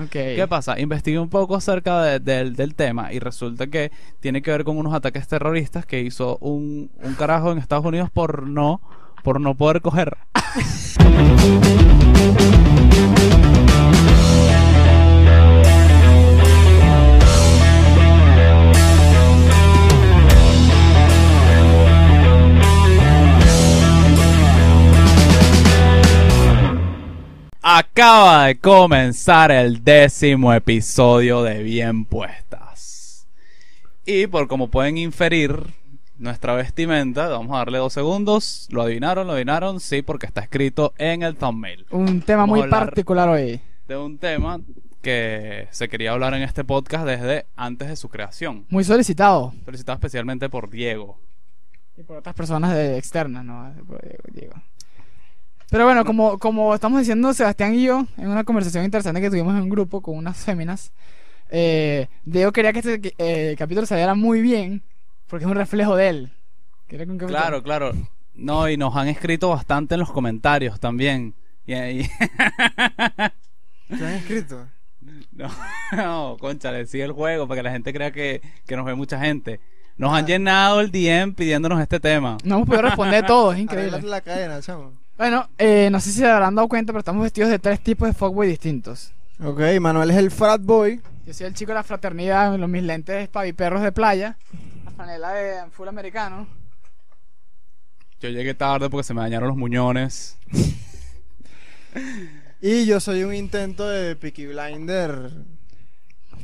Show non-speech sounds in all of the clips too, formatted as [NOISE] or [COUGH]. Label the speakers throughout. Speaker 1: Ok.
Speaker 2: ¿Qué pasa? Investigué un poco acerca de- del- del tema y resulta que tiene que ver con unos ataques terroristas que hizo un, un carajo en Estados Unidos por no, por no poder coger. Acaba de comenzar el décimo episodio de Bien Puestas. Y por como pueden inferir, nuestra vestimenta, vamos a darle dos segundos. ¿Lo adivinaron? ¿Lo adivinaron? Sí, porque está escrito en el thumbnail.
Speaker 1: Un tema
Speaker 2: Vamos a
Speaker 1: muy
Speaker 2: hablar.
Speaker 1: particular hoy.
Speaker 2: De un tema que se quería hablar en este podcast desde antes de su creación.
Speaker 1: Muy solicitado.
Speaker 2: Solicitado especialmente por Diego.
Speaker 1: Y por otras personas de externas, ¿no? Por Diego- Diego. Pero bueno, como, como estamos diciendo Sebastián y yo, en una conversación interesante que tuvimos en un grupo con unas féminas, eh, Diego quería que este eh, capítulo saliera muy bien, porque es un reflejo de él. Quería que un capítulo-
Speaker 2: Claro, claro. No, y nos han escrito bastante en los comentarios también. Y, y-
Speaker 3: ¿Te han escrito?
Speaker 2: [LAUGHS] No, concha, le sigue el juego para que la gente crea que, que nos ve mucha gente. Nos han llenado el DM pidiéndonos este tema.
Speaker 1: No hemos podido
Speaker 2: [LAUGHS]
Speaker 1: responder todo, es increíble.
Speaker 3: Arreglate la cadena, chamo.
Speaker 1: Bueno, eh, no sé si se habrán dado cuenta, pero estamos vestidos de tres tipos de fuckboy distintos.
Speaker 3: Ok, Manuel es el frat boy.
Speaker 1: Yo soy el chico de la fraternidad, los mis lentes paviperros de playa, la franela de full americano.
Speaker 2: Yo llegué tarde porque se me dañaron los muñones.
Speaker 3: Y yo soy un intento de Peaky Blinder.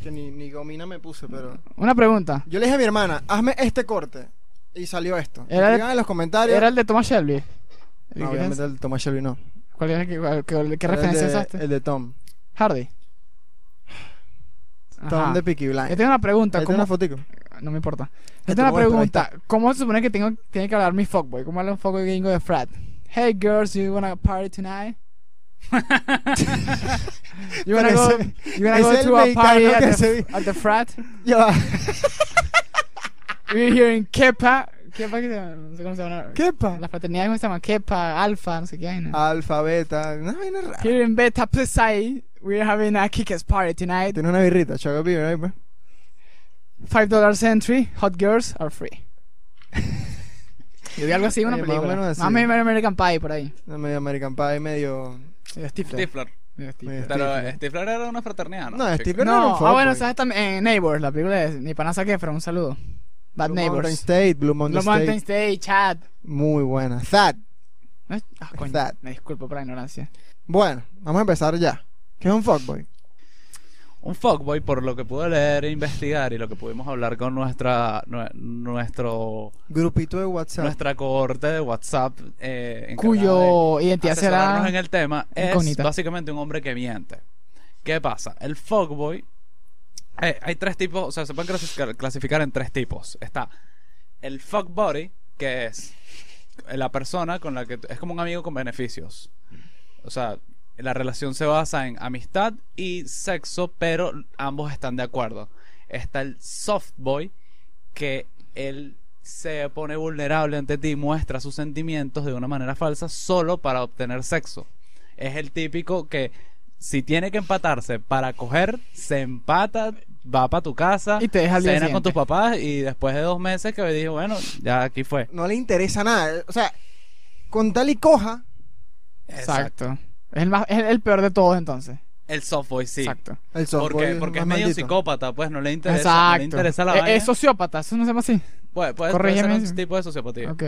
Speaker 3: Que ni, ni gomina me puse, pero.
Speaker 1: Una pregunta.
Speaker 3: Yo le dije a mi hermana, hazme este corte. Y salió esto.
Speaker 1: Era-
Speaker 3: Digan en los comentarios.
Speaker 1: ¿Era el de Thomas Shelby?
Speaker 3: No, obviamente el de Thomas Shelby no.
Speaker 1: ¿Cuál era que, cuál- qué- qué
Speaker 3: Era el
Speaker 1: referencia
Speaker 3: de-
Speaker 1: usaste?
Speaker 3: El de Tom.
Speaker 1: Hardy. Ajá. Este
Speaker 3: Tom de Peaky
Speaker 1: Yo
Speaker 3: Blinder.
Speaker 1: tengo una pregunta.
Speaker 3: Ahí tengo
Speaker 1: ¿cómo- [LAUGHS]
Speaker 3: una fotico.
Speaker 1: No me importa. Yo
Speaker 3: Te
Speaker 1: tengo
Speaker 3: lo
Speaker 1: una
Speaker 3: voy a
Speaker 1: pregunta.
Speaker 3: entrevistar.
Speaker 1: ¿Cómo se supone que tengo, tiene que hablar mi fuckboy? ¿Cómo habla un fuckboy gringo de frat? Hey girls, you wanna party tonight? you wanna
Speaker 3: Pero
Speaker 1: go,
Speaker 3: ese-
Speaker 1: you wanna
Speaker 3: ese
Speaker 1: go
Speaker 3: es el
Speaker 1: to a party
Speaker 3: mexicano
Speaker 1: at
Speaker 3: que
Speaker 1: the,
Speaker 3: se-
Speaker 1: at the frat? [LAUGHS]
Speaker 3: Ya va.
Speaker 1: We're here in Kepa. Kepa, que se llama- no sé cómo se llama. [LAUGHS]
Speaker 3: ¿Qué [LAUGHS] pa?
Speaker 1: La fraternidad, ¿cómo se llama? Kepa, Alfa, no sé qué. vaina.
Speaker 3: Alfa, beta. Una vaina rara.
Speaker 1: Here in Beta Psi, we're having a kick-ass party tonight.
Speaker 3: Tiene una birrita, Chaco Beer, ahí, pues.
Speaker 1: Five dollars entry, hot girls are free. Yo vi algo así en una
Speaker 3: Eh, más o
Speaker 1: película.
Speaker 3: menos así.
Speaker 1: Más o menos American Pie por ahí.
Speaker 3: Una Medio American Pie, medio.
Speaker 1: Medio Stifler.
Speaker 2: Stifler.
Speaker 1: Medio Stifler.
Speaker 3: medio
Speaker 2: Pero
Speaker 3: Stifler.
Speaker 2: eh, Stifler era una fraternidad, ¿no?
Speaker 3: No, pues.
Speaker 2: Chico.
Speaker 3: Stifler era un
Speaker 1: No, ah,
Speaker 3: fuckboy.
Speaker 1: bueno, sabes también en Neighbors, la película de Mi pana que pero un saludo. Bad
Speaker 3: Blue Mountain
Speaker 1: Neighbors.
Speaker 3: State, Blue Mountain
Speaker 1: Los
Speaker 3: State.
Speaker 1: Mountain State, Chad.
Speaker 3: Muy buena. That.
Speaker 1: ¿No es? Ah, coño.
Speaker 3: That.
Speaker 1: Me disculpo por la ignorancia.
Speaker 3: Bueno, vamos a empezar ya. ¿Qué es un fuckboy?
Speaker 2: Un fuckboy, por lo que pude leer e investigar y lo que pudimos hablar con nuestra nue- nuestro
Speaker 3: Grupito de WhatsApp.
Speaker 2: nuestra cohorte de WhatsApp. eh, encargada de-
Speaker 1: Cuyo identidad
Speaker 2: asesorarnos
Speaker 1: será.
Speaker 2: en el tema es
Speaker 1: incógnita.
Speaker 2: básicamente un hombre que miente. ¿Qué pasa? El fuckboy eh, hay tres tipos, o sea, se pueden clasificar, clasificar en tres tipos. Está el fuckbody, que es la persona con la que tú- es como un amigo con beneficios. O sea, la relación se basa en amistad y sexo, pero ambos están de acuerdo. Está el softboy, que él se pone vulnerable ante ti, muestra sus sentimientos de una manera falsa solo para obtener sexo. Es el típico que si tiene que empatarse para coger, se empata, va para tu casa,
Speaker 1: Y te deja al día
Speaker 2: cena con
Speaker 1: siguiente.
Speaker 2: tus papás y después de dos meses que dijo, bueno, ya aquí fue.
Speaker 3: No le interesa nada. O sea, con tal y coja.
Speaker 1: Exacto. Es el, más, es el peor de todos entonces.
Speaker 2: El softboy, sí.
Speaker 1: Exacto.
Speaker 3: El softboy
Speaker 2: Porque,
Speaker 3: es
Speaker 2: porque es
Speaker 3: más
Speaker 2: medio
Speaker 3: maldito.
Speaker 2: psicópata, pues no le interesa, no
Speaker 1: pues, Exacto.
Speaker 2: le interesa la
Speaker 1: Eh,
Speaker 2: vaina.
Speaker 1: es sociópata, eso no se llama así.
Speaker 2: Puede- puede- puede
Speaker 1: corrígeme
Speaker 2: ser
Speaker 1: si-
Speaker 2: un tipo de sociopatía.
Speaker 1: Ok.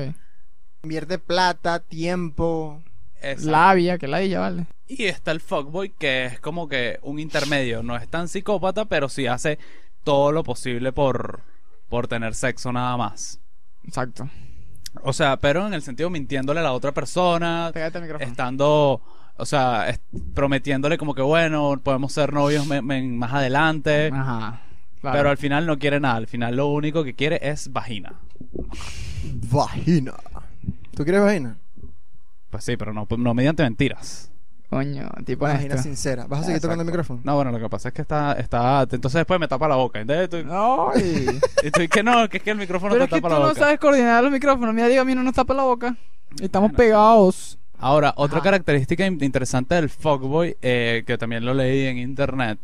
Speaker 3: Invierte plata, tiempo.
Speaker 2: Exacto.
Speaker 1: Labia, que ladilla, vale.
Speaker 2: Y está el fuckboy, que es como que un intermedio. No es tan psicópata, pero sí hace todo lo posible por, por tener sexo nada más.
Speaker 1: Exacto.
Speaker 2: O sea, pero en el sentido mintiéndole a la otra persona,
Speaker 1: Pégate el micrófono.
Speaker 2: estando, o sea, es- prometiéndole como que bueno, podemos ser novios men- men más adelante,
Speaker 1: Este, Ajá. Ah, Claro.
Speaker 2: pero al final no quiere nada. Al final lo único que quiere es vagina.
Speaker 3: Vagina. ¿Tú quieres vagina?
Speaker 2: Pues sí, pero no, no mediante mentiras.
Speaker 1: Coño, tipo
Speaker 3: Vagina
Speaker 1: esto.
Speaker 3: sincera. ¿Vas a seguir tocando el micrófono?
Speaker 2: No, bueno, lo que pasa es que está, está, entonces después me tapa la boca. Entonces, tú-
Speaker 1: No,
Speaker 2: [LAUGHS]
Speaker 1: y-
Speaker 2: Estoy que no, que es que el micrófono
Speaker 1: Pero
Speaker 2: te
Speaker 1: es que tú
Speaker 2: tapa la
Speaker 1: no
Speaker 2: boca.
Speaker 1: sabes coordinar los micrófonos. Mira, digo, a mí no nos tapa la boca. Estamos pegados.
Speaker 2: Ahora, otra
Speaker 1: Ajá.
Speaker 2: característica in- interesante del fuckboy, eh, que también lo leí en internet,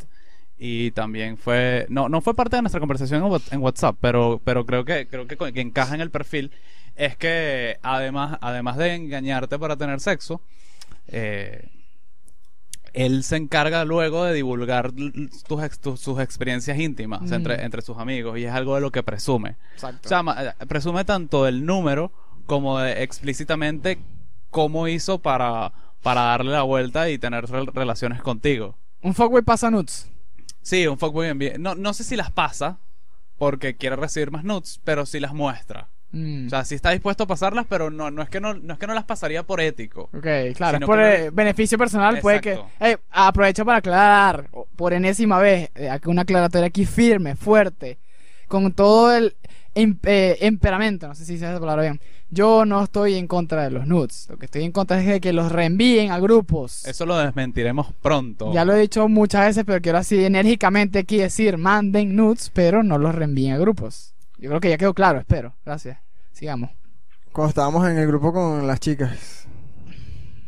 Speaker 2: Y también fue. No, no fue parte de nuestra conversación en Whats- en WhatsApp, pero, pero creo que, creo que, co- que encaja en el perfil. Es que además, además de engañarte para tener sexo, eh, él se encarga luego de divulgar l- l- tus, ex- tus- sus experiencias íntimas
Speaker 1: Mm.
Speaker 2: entre, entre sus amigos y es algo de lo que presume.
Speaker 1: Exacto.
Speaker 2: O sea, ma- eh, presume tanto del número como de explícitamente cómo hizo para, para darle la vuelta y tener rel- relaciones contigo.
Speaker 1: un fuckboy pasa nuts.
Speaker 2: Sí, un fuckboy envía. No, no sé si las pasa porque quiere recibir más nudes, pero sí las muestra.
Speaker 1: Mm.
Speaker 2: O sea, sí está dispuesto a pasarlas, pero no, no, es, que no, no es que no las pasaría por ético.
Speaker 1: Ok, claro, es
Speaker 2: Sino
Speaker 1: por
Speaker 2: que-
Speaker 1: eh, beneficio personal puede que...
Speaker 2: Exacto.
Speaker 1: Eh, aprovecho para aclarar, o- por enésima vez, eh, aquí una aclaratoria aquí firme, fuerte, con todo el em- eh, emperamento, no sé si se dice esa palabra bien. Yo no estoy en contra de los nudes, lo que estoy en contra es de que los reenvíen a grupos.
Speaker 2: Eso lo desmentiremos pronto.
Speaker 1: Ya lo he dicho muchas veces, pero quiero así enérgicamente aquí decir, manden nudes, pero no los reenvíen a grupos. Yo creo que ya quedó claro, espero. Gracias. Sigamos.
Speaker 3: Cuando estábamos en el grupo con las chicas.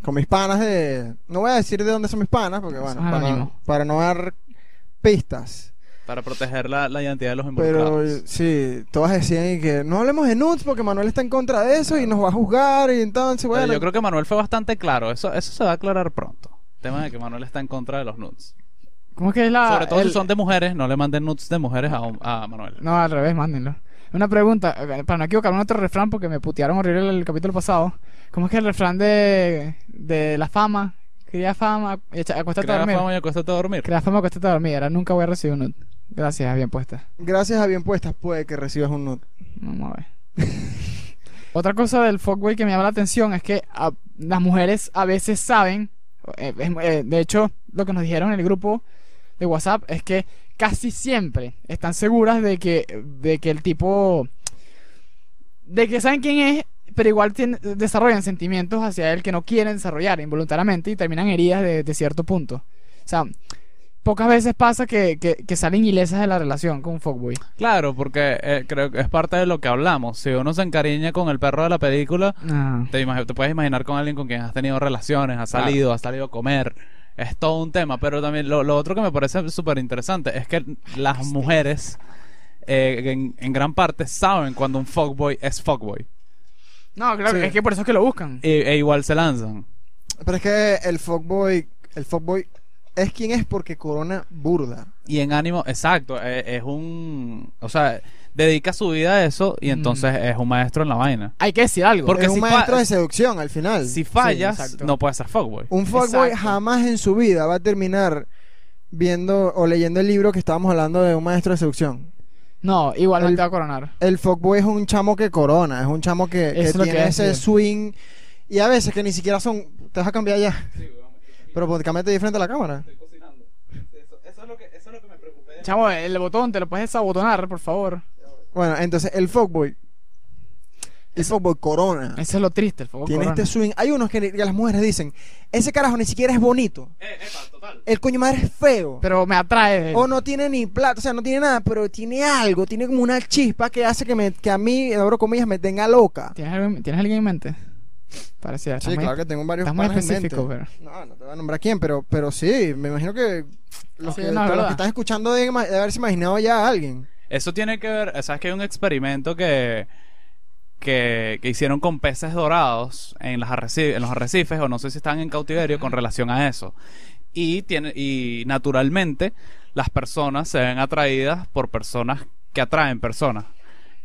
Speaker 3: Con mis panas de... No voy a decir de dónde son mis panas, porque bueno,
Speaker 1: Son
Speaker 3: para,
Speaker 1: anónimos.
Speaker 3: para no dar pistas.
Speaker 2: Para proteger la, la identidad de los
Speaker 3: Pero eh,
Speaker 2: involucrados.
Speaker 3: sí, todas decían y que no hablemos de nudes porque Manuel está en contra de eso y nos va a juzgar y entonces,
Speaker 2: Pero
Speaker 3: bueno.
Speaker 2: yo creo que Manuel fue bastante claro. Eso, eso se va a aclarar pronto. El tema de que Manuel está en contra de los nudes.
Speaker 1: ¿Cómo es que es la...?
Speaker 2: Sobre todo
Speaker 1: el-
Speaker 2: si son de mujeres, no le manden nudes de mujeres a, hom- a Manuel.
Speaker 1: No, al revés, mándenlo. Una pregunta, eh, para no equivocarme en otro refrán, porque me putearon horrible el capítulo pasado. ¿Cómo es que el refrán de, de la fama? Quería fama, echa- acuéstate a
Speaker 2: Crea
Speaker 1: dormir.
Speaker 2: fama y acuéstate a dormir.
Speaker 1: Crea fama, acuéstate a dormir. Era nunca voy a recibir un nude. Gracias, bien puesta.
Speaker 3: Gracias a bien puestas puede que recibas un nude.
Speaker 1: Vamos a ver. [LAUGHS] Otra cosa del fuckboy que me llama la atención es que a- las mujeres a veces saben, eh, es- eh, de hecho, lo que nos dijeron en el grupo de WhatsApp es que casi siempre están seguras de que, de que el tipo, de que saben quién es, pero igual tien- desarrollan sentimientos hacia él que no quieren desarrollar involuntariamente y terminan heridas de, de cierto punto. O sea, pocas veces pasa que, que, que salen ilesas de la relación con un fuckboy.
Speaker 2: Claro, porque eh, creo que es parte de lo que hablamos. Si uno se encariña con el perro de la película,
Speaker 1: Ah.
Speaker 2: te, imag- te puedes imaginar con alguien con quien has tenido relaciones, has
Speaker 1: Claro.
Speaker 2: salido, has salido a comer. Es todo un tema, pero también lo, lo otro que me parece súper interesante es que las mujeres eh, en, en gran parte saben cuando un fuckboy es fuckboy.
Speaker 1: No, claro,
Speaker 3: Sí.
Speaker 1: es que por eso es que lo buscan.
Speaker 2: E, e igual se lanzan.
Speaker 3: Pero es que el fuckboy, el fuckboy es quien es porque corona burda.
Speaker 2: Y en ánimo, exacto, eh, es un... O sea, dedica su vida a eso y
Speaker 1: Mm.
Speaker 2: entonces es un maestro en la vaina.
Speaker 1: Hay que decir algo.
Speaker 2: Porque
Speaker 3: es
Speaker 2: si
Speaker 3: un maestro
Speaker 2: fa-
Speaker 3: de seducción al final.
Speaker 2: Si fallas,
Speaker 1: exacto.
Speaker 2: no puedes ser fuckboy.
Speaker 3: Un fuckboy
Speaker 1: Exacto.
Speaker 3: jamás en su vida va a terminar viendo o leyendo el libro que estábamos hablando de un maestro de seducción.
Speaker 1: No, igual no
Speaker 3: El-
Speaker 1: te va a coronar.
Speaker 3: El fuckboy es un chamo que corona, es un chamo que, que
Speaker 1: Eso es lo que
Speaker 3: tiene
Speaker 1: iba a
Speaker 3: ese
Speaker 1: decir.
Speaker 3: swing y a veces que ni siquiera son... Te vas a cambiar ya. Pero pues, prácticamente diferente a la cámara.
Speaker 2: Eso es lo que, eso es lo que me preocupé.
Speaker 1: Chamo, el botón, te lo puedes desabotonar, por favor.
Speaker 3: Bueno, entonces el fuckboy. El fuckboy corona.
Speaker 1: Eso es lo triste, el fuego
Speaker 3: Tiene
Speaker 1: corona.
Speaker 3: este swing. Hay unos que, ni- que las mujeres dicen, ese carajo ni siquiera es bonito. El coño madre es feo.
Speaker 1: Pero eh. me atrae. de él.
Speaker 3: o no tiene ni plata, o sea, no tiene nada, pero tiene algo, tiene como una chispa que hace que, me, que a mí, abro comillas, me tenga loca.
Speaker 1: ¿Tienes, algo- ¿Tienes alguien en mente? Parecía.
Speaker 3: Sí, claro que tengo varios
Speaker 1: estás muy
Speaker 3: panas en mente.
Speaker 1: específico, pero-
Speaker 3: No, no te voy a nombrar quién, pero, pero sí, me imagino que los,
Speaker 1: Sí,
Speaker 3: que,
Speaker 1: no, es
Speaker 3: los que
Speaker 1: verdad.
Speaker 3: están escuchando deben ima- deben haberse imaginado ya a alguien.
Speaker 2: Eso tiene que ver, sabes que hay un experimento que, que, que hicieron con peces dorados en, las arreci- en los arrecifes, o no sé si están en cautiverio con relación a eso. Y, tiene, y naturalmente las personas se ven atraídas por personas que atraen personas.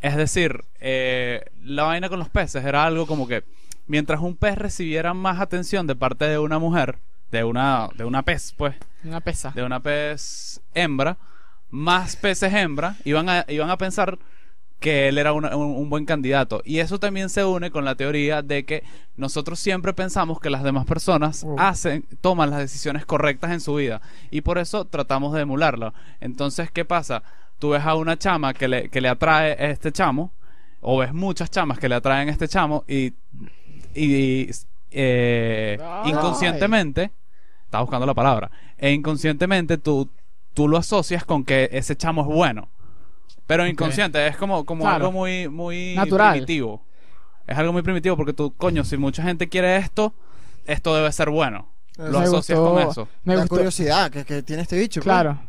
Speaker 2: Es decir, eh, la vaina con los peces era algo como que mientras un pez recibiera más atención de parte de una mujer, de una, de una pez, pues,
Speaker 1: Una pesa.
Speaker 2: de una pez hembra, más peces hembra iban a, iban a pensar que él era una- un, un buen candidato. Y eso también se une con la teoría de que nosotros siempre pensamos que las demás personas
Speaker 3: Oh.
Speaker 2: hacen, toman las decisiones correctas en su vida. Y por eso tratamos de emularla. Entonces, ¿qué pasa? Tú ves a una chama que le, que le atrae a este chamo, o ves muchas chamas que le atraen a este chamo, y, y eh,
Speaker 1: Ay.
Speaker 2: inconscientemente estaba buscando la palabra. E inconscientemente tú, tú lo asocias con que ese chamo es bueno. Pero inconsciente, es como, como
Speaker 1: Claro.
Speaker 2: algo muy, muy
Speaker 1: Natural.
Speaker 2: primitivo. Es algo muy primitivo porque tú, coño, si mucha gente quiere esto, esto debe ser bueno. Lo
Speaker 3: Me
Speaker 2: asocias con eso.
Speaker 1: Me
Speaker 3: la
Speaker 1: gustó.
Speaker 3: curiosidad que, que tiene este bicho. pues.
Speaker 1: Claro.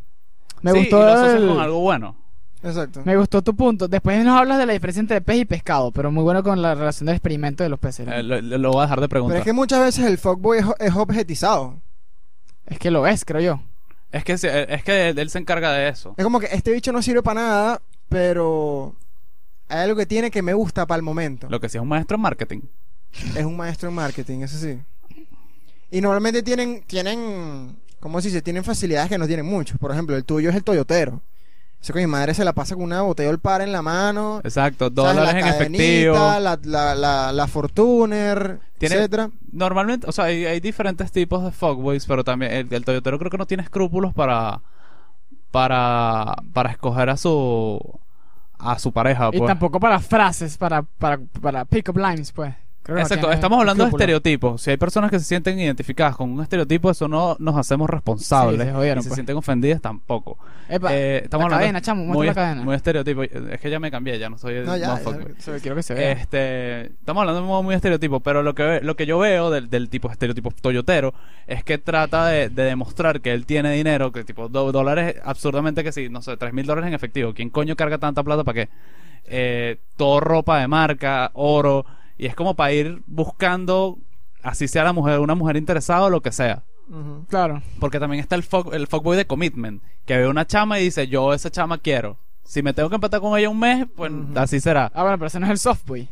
Speaker 1: Me
Speaker 2: Sí, y
Speaker 1: gustó
Speaker 2: lo asocias
Speaker 1: el-
Speaker 2: con algo bueno.
Speaker 3: Exacto.
Speaker 1: Me gustó tu punto. Después nos hablas de la diferencia entre pez y pescado, pero muy bueno con la relación del experimento de los peces.
Speaker 2: Eh, lo, lo- lo voy a dejar de
Speaker 3: Pero
Speaker 2: preguntar.
Speaker 3: es que muchas veces el fuckboy es, es objetizado.
Speaker 1: Es que lo es, creo yo.
Speaker 2: Es que, se- es que él, él se encarga de eso.
Speaker 3: Es como que este bicho no sirve para nada, pero hay algo que tiene que me gusta para el momento.
Speaker 2: Lo que sí es un maestro en marketing.
Speaker 3: Es un maestro en marketing, eso sí. Y normalmente tienen, tienen, ¿cómo se dice? Tienen facilidades que no tienen muchos. Por ejemplo, el tuyo es el toyotero. Eso que mi madre se la pasa con una botella al par en la mano.
Speaker 2: Exacto,
Speaker 3: ¿sabes?
Speaker 2: dólares en
Speaker 3: La
Speaker 2: efectivo.
Speaker 3: cadenita, La, la, la, la Fortuner,
Speaker 2: Tiene-
Speaker 3: etcétera.
Speaker 2: Normalmente, o sea, hay, hay diferentes tipos de fuckboys, pero también el, el toyotero creo que no tiene escrúpulos para para para escoger a su a su pareja,
Speaker 1: y
Speaker 2: pues.
Speaker 1: tampoco para frases, para, para, para pick-up lines, pues. Creo que no
Speaker 2: Exacto,
Speaker 1: tiene
Speaker 2: estamos hablando
Speaker 1: escrúpulos.
Speaker 2: de estereotipos. Si hay personas que se sienten identificadas con un estereotipo, eso no nos hacemos responsables.
Speaker 1: Sí, se jodieron,
Speaker 2: y se
Speaker 1: pues.
Speaker 2: sienten ofendidas tampoco.
Speaker 1: Epa,
Speaker 2: Eh, estamos
Speaker 1: la
Speaker 2: hablando
Speaker 1: cadena, chamo, muestra
Speaker 2: muy,
Speaker 1: la cadena.
Speaker 2: muy estereotipo. Es que ya me cambié, ya no soy el
Speaker 3: No, ya,
Speaker 2: no
Speaker 3: ya,
Speaker 2: fuckboy.
Speaker 1: Se ve, quiero que se vea.
Speaker 2: Este, estamos hablando de un modo muy estereotipo, pero lo que, ve- lo que yo veo del, del tipo estereotipo toyotero es que trata de, de demostrar que él tiene dinero, que tipo do- dólares, absurdamente que sí, no sé, tres mil dólares en efectivo. ¿Quién coño carga tanta plata para qué? Eh, todo ropa de marca, oro, y es como para ir buscando, así sea la mujer, una mujer interesada o lo que sea.
Speaker 3: Ujú.
Speaker 1: Claro.
Speaker 2: Porque también está el, fuck, el fuckboy de commitment, que ve una chama y dice, yo esa chama quiero. Si me tengo que empatar con ella un mes, pues
Speaker 3: Ujú.
Speaker 2: así será.
Speaker 1: Ah, bueno, pero ese no es el softboy.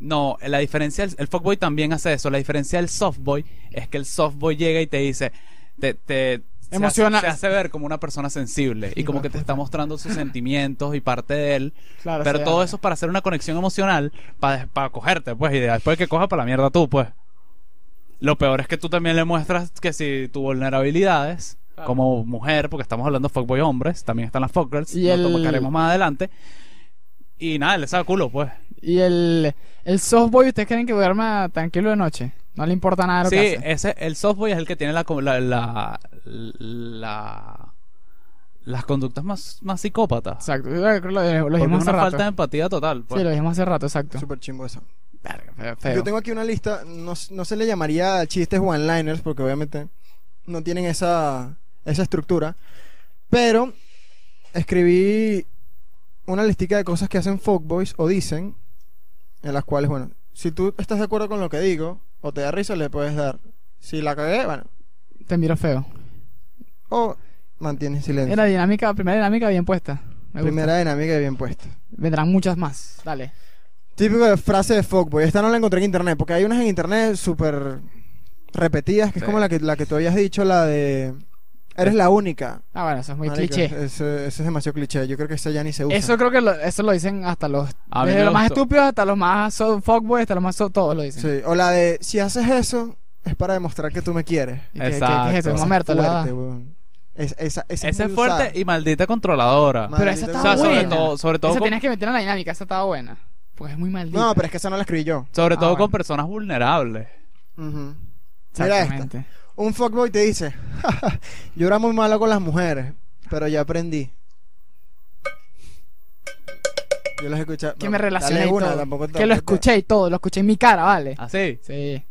Speaker 2: No, la diferencia, el, el fuckboy también hace eso. La diferencia del softboy es que el softboy llega y te dice, te, te se
Speaker 1: Emociona-
Speaker 2: hace- Se, hace, ver como una persona sensible y como que te está mostrando sus sentimientos y parte de él.
Speaker 1: Claro,
Speaker 2: Pero
Speaker 1: sí,
Speaker 2: todo
Speaker 1: ya.
Speaker 2: eso es para hacer una conexión emocional, para, para cogerte, pues, y después que coja para la mierda tú, pues. Lo peor es que tú también le muestras que si tu vulnerabilidades
Speaker 1: Claro.
Speaker 2: como mujer, porque estamos hablando de fuckboy hombres, también están las fuckgirls,
Speaker 1: Y
Speaker 2: lo
Speaker 1: el-
Speaker 2: tocaremos más adelante. Y nada, le saca culo, pues.
Speaker 1: Y el, el softboy, ¿ustedes creen que duerma tranquilo de noche? No le importa nada Ah, lo
Speaker 2: Sí, eh,
Speaker 1: que hace.
Speaker 2: ese, el softboy es el que tiene la, co- la, la, la- las conductas más, más psicópatas.
Speaker 1: Exacto. Yo creo que lo, lo
Speaker 2: Porque
Speaker 1: dijimos
Speaker 2: es
Speaker 1: hace
Speaker 2: una
Speaker 1: rato.
Speaker 2: falta de empatía total. pues.
Speaker 1: Sí, lo dijimos hace rato, exacto.
Speaker 3: Súper chimbo eso.
Speaker 1: Verga, feo, feo.
Speaker 3: Yo tengo aquí una lista, no, s- no se le llamaría chistes one-liners porque obviamente no tienen esa, esa estructura, pero escribí una listica de cosas que hacen fuckboys o dicen, en las cuales, bueno, si tú estás de acuerdo con lo que digo o te da risa, le puedes dar. Si la cagué, bueno,
Speaker 1: Te miro feo.
Speaker 3: o mantienes
Speaker 1: Era
Speaker 3: silencio.
Speaker 1: dinámica, primera dinámica bien puesta. Me gusta.
Speaker 3: Primera dinámica bien puesta.
Speaker 1: Vendrán muchas más. Dale.
Speaker 3: Típico de frase de fuckboy. Esta no la encontré en internet, porque hay unas en internet súper repetidas, que es
Speaker 2: Sí.
Speaker 3: como la que, la que tú habías dicho, la de... Eres la única.
Speaker 1: Ah, bueno, eso es muy
Speaker 3: Marica,
Speaker 1: cliché.
Speaker 3: Ese, ese es demasiado cliché. Yo creo que esa ya ni se usa.
Speaker 1: Eso creo que lo, eso lo dicen hasta los...
Speaker 2: A mí
Speaker 1: Desde
Speaker 2: me
Speaker 1: los más
Speaker 2: gustó.
Speaker 1: estúpidos hasta los más so, fuckboys, hasta los más... so- todos lo dicen.
Speaker 3: Sí. O la de, si haces eso, es para demostrar que tú me quieres.
Speaker 1: ¿Y qué- qué- qué es
Speaker 2: Exacto.
Speaker 1: eso?
Speaker 3: Esa
Speaker 1: Mamá, te la da.
Speaker 3: fuerte, weón. Es, esa, esa
Speaker 2: Esa es
Speaker 3: muy
Speaker 2: fuerte
Speaker 3: usada.
Speaker 2: y maldita controladora.
Speaker 3: Ma-
Speaker 1: Pero esa
Speaker 3: Maldita
Speaker 1: estaba
Speaker 2: o sea, sobre
Speaker 1: buena.
Speaker 2: todo, sobre todo
Speaker 1: esa
Speaker 2: con,
Speaker 1: tienes que meter en la dinámica, esa estaba buena. Porque es muy maldita.
Speaker 3: No, pero es que esa no la escribí yo.
Speaker 2: sobre
Speaker 1: Ah,
Speaker 2: todo con
Speaker 1: bueno. Eh.
Speaker 2: personas vulnerables.
Speaker 3: Ujú. Mira esta.
Speaker 1: Exactamente.
Speaker 3: Un fuckboy te dice, [LAUGHS] yo era muy malo con las mujeres, pero ya aprendí. Yo los escuché.
Speaker 1: Que
Speaker 3: no,
Speaker 1: me relacioné
Speaker 3: dale
Speaker 1: y
Speaker 3: una,
Speaker 1: todo.
Speaker 3: tampoco-
Speaker 1: Que lo
Speaker 3: tampoco-
Speaker 1: escuché y todo, lo escuché en mi cara, vale.
Speaker 2: Así.
Speaker 1: Sí.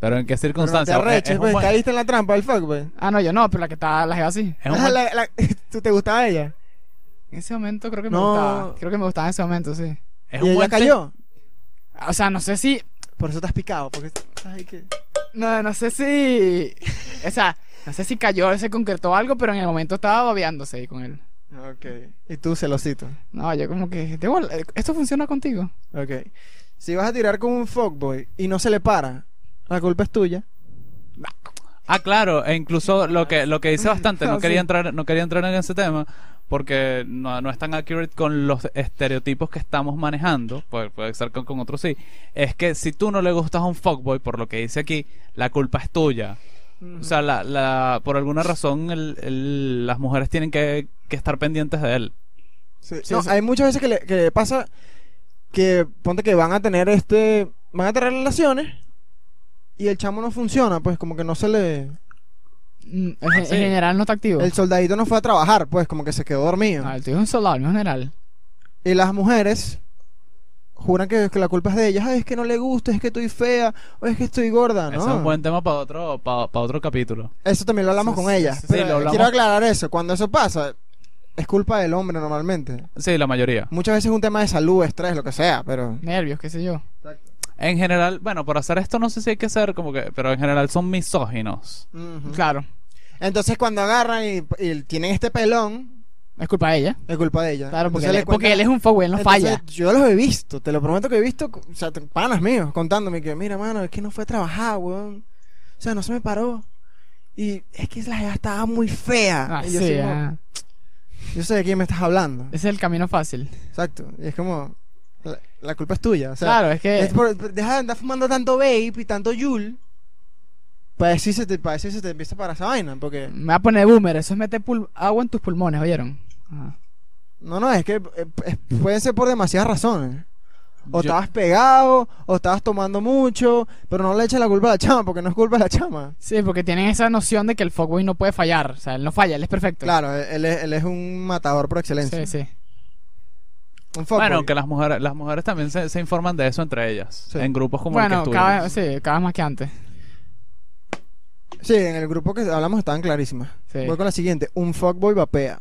Speaker 2: Pero en qué
Speaker 3: Pero no te
Speaker 2: circunstancias. Es-
Speaker 3: arreches,
Speaker 2: es un
Speaker 3: pues,
Speaker 2: buen-
Speaker 3: caíste en la trampa del fuckboy.
Speaker 1: Ah, no, yo no, pero la que estaba, [LAUGHS] la jeva así.
Speaker 2: es un buen-
Speaker 3: La- [LAUGHS] la- ¿Tú te gustaba ella?
Speaker 1: En ese momento creo que me
Speaker 3: No.
Speaker 1: gustaba. Creo que me gustaba en ese momento, sí.
Speaker 2: es
Speaker 3: y
Speaker 2: un
Speaker 3: ella
Speaker 2: buen te-
Speaker 3: cayó.
Speaker 1: O sea, no sé si.
Speaker 3: Por eso te has picado, porque... Ay, que...
Speaker 1: No, no sé si. O sea, no sé si cayó, se concretó algo, pero en el momento estaba babeándose ahí con él.
Speaker 3: Ok. Y tú celosito.
Speaker 1: No, yo como que. de bola, esto funciona contigo.
Speaker 3: Ok. Si vas a tirar con un fuckboy y no se le para, la culpa es tuya.
Speaker 2: Ah, claro, e incluso lo que lo que dice bastante,
Speaker 3: [LAUGHS]
Speaker 2: no
Speaker 3: Ah,
Speaker 1: Sí.
Speaker 2: quería entrar no quería entrar en ese tema porque no, no es tan accurate con los estereotipos que estamos manejando, puede, puede ser con, con otros sí, es que si tú no le gustas a un fuckboy por lo que dice aquí, la culpa es tuya. O sea, la, la- por alguna razón el- el- las mujeres tienen que, que estar pendientes de él.
Speaker 3: Sí,
Speaker 1: Sí,
Speaker 3: no,
Speaker 1: sí.
Speaker 3: hay muchas veces que le, que le pasa que ponte que van a tener este van a tener relaciones y el chamo no funciona, pues como que no se le
Speaker 1: Mm, En, en
Speaker 2: sí.
Speaker 1: general no está activo.
Speaker 3: el soldadito no fue a trabajar,
Speaker 1: Ah,
Speaker 3: pues como que se quedó dormido.
Speaker 1: No, el tuyo es un soldado, el mío es un general.
Speaker 3: Y las mujeres juran que, que la culpa es de ellas. Ay, es que no le gusta, es que estoy fea, o es que estoy gorda, Ah, ¿no?
Speaker 2: Ese es un buen tema para otro, para, otro capítulo.
Speaker 3: Eso también lo hablamos
Speaker 1: Sí,
Speaker 3: con
Speaker 1: sí,
Speaker 3: ellas.
Speaker 1: sí, sí,
Speaker 3: pero
Speaker 2: lo hablamos.
Speaker 3: quiero aclarar eso. Cuando eso pasa, es culpa del hombre normalmente.
Speaker 2: Sí, la mayoría.
Speaker 3: Muchas veces es un tema de salud, estrés, lo que sea, pero.
Speaker 1: Nervios, qué sé yo.
Speaker 2: En general, bueno, por hacer esto no sé si hay que hacer como que, pero en general son misóginos.
Speaker 3: Ujú.
Speaker 1: Claro,
Speaker 3: Entonces cuando agarran y, y tienen este pelón,
Speaker 1: es culpa de ella.
Speaker 3: es culpa de ella.
Speaker 1: Claro, porque,
Speaker 3: Entonces
Speaker 1: él,
Speaker 3: le
Speaker 1: es- porque
Speaker 3: cuentan-
Speaker 1: él es un fuckboy, él no
Speaker 3: Entonces,
Speaker 1: falla.
Speaker 3: Yo los he visto, te lo prometo que he visto, o sea, te- panas míos contándome que, mira, mano, es que no fue a trabajar, weón. O sea, no se me paró. Y es que la jeva estaba muy fea.
Speaker 1: Ah,
Speaker 3: Y yo,
Speaker 1: sí,
Speaker 3: así como,
Speaker 1: ah.
Speaker 3: yo sé de quién me estás hablando.
Speaker 1: Ese es el camino fácil.
Speaker 3: Exacto. Y es como, la, la culpa es tuya. O sea,
Speaker 1: claro, eh. es que.
Speaker 3: es por- por- deja de andar fumando tanto vape y tanto yul. Para decir se te, para decir se te empieza para esa vaina, porque...
Speaker 1: Me va a poner boomer, eso es meter pul- agua en tus pulmones, ¿oyeron? Ah. Ajá.
Speaker 3: No, no, es que eh, es- puede ser por demasiadas razones. O
Speaker 2: Yo-
Speaker 3: estabas pegado, o estabas tomando mucho, pero no le eches la culpa a la chama, porque no es culpa de la chama.
Speaker 1: Sí, porque tienen esa noción de que el fuckboy no puede fallar. O sea, él no falla, él es perfecto.
Speaker 3: Claro, e, él, él es, él es un matador por excelencia.
Speaker 1: Sí, sí.
Speaker 3: Un fuckboy.
Speaker 2: Bueno, que las mujeres, las mujeres también se, se informan de eso entre ellas,
Speaker 3: Sí.
Speaker 2: en grupos como el
Speaker 1: Bueno,
Speaker 2: que
Speaker 1: cada,
Speaker 2: estuvimos.
Speaker 1: sí, cada vez más que antes.
Speaker 3: Sí, en el grupo que hablamos estaban clarísimas.
Speaker 1: Sí.
Speaker 3: Voy con la siguiente. Un fuckboy vapea.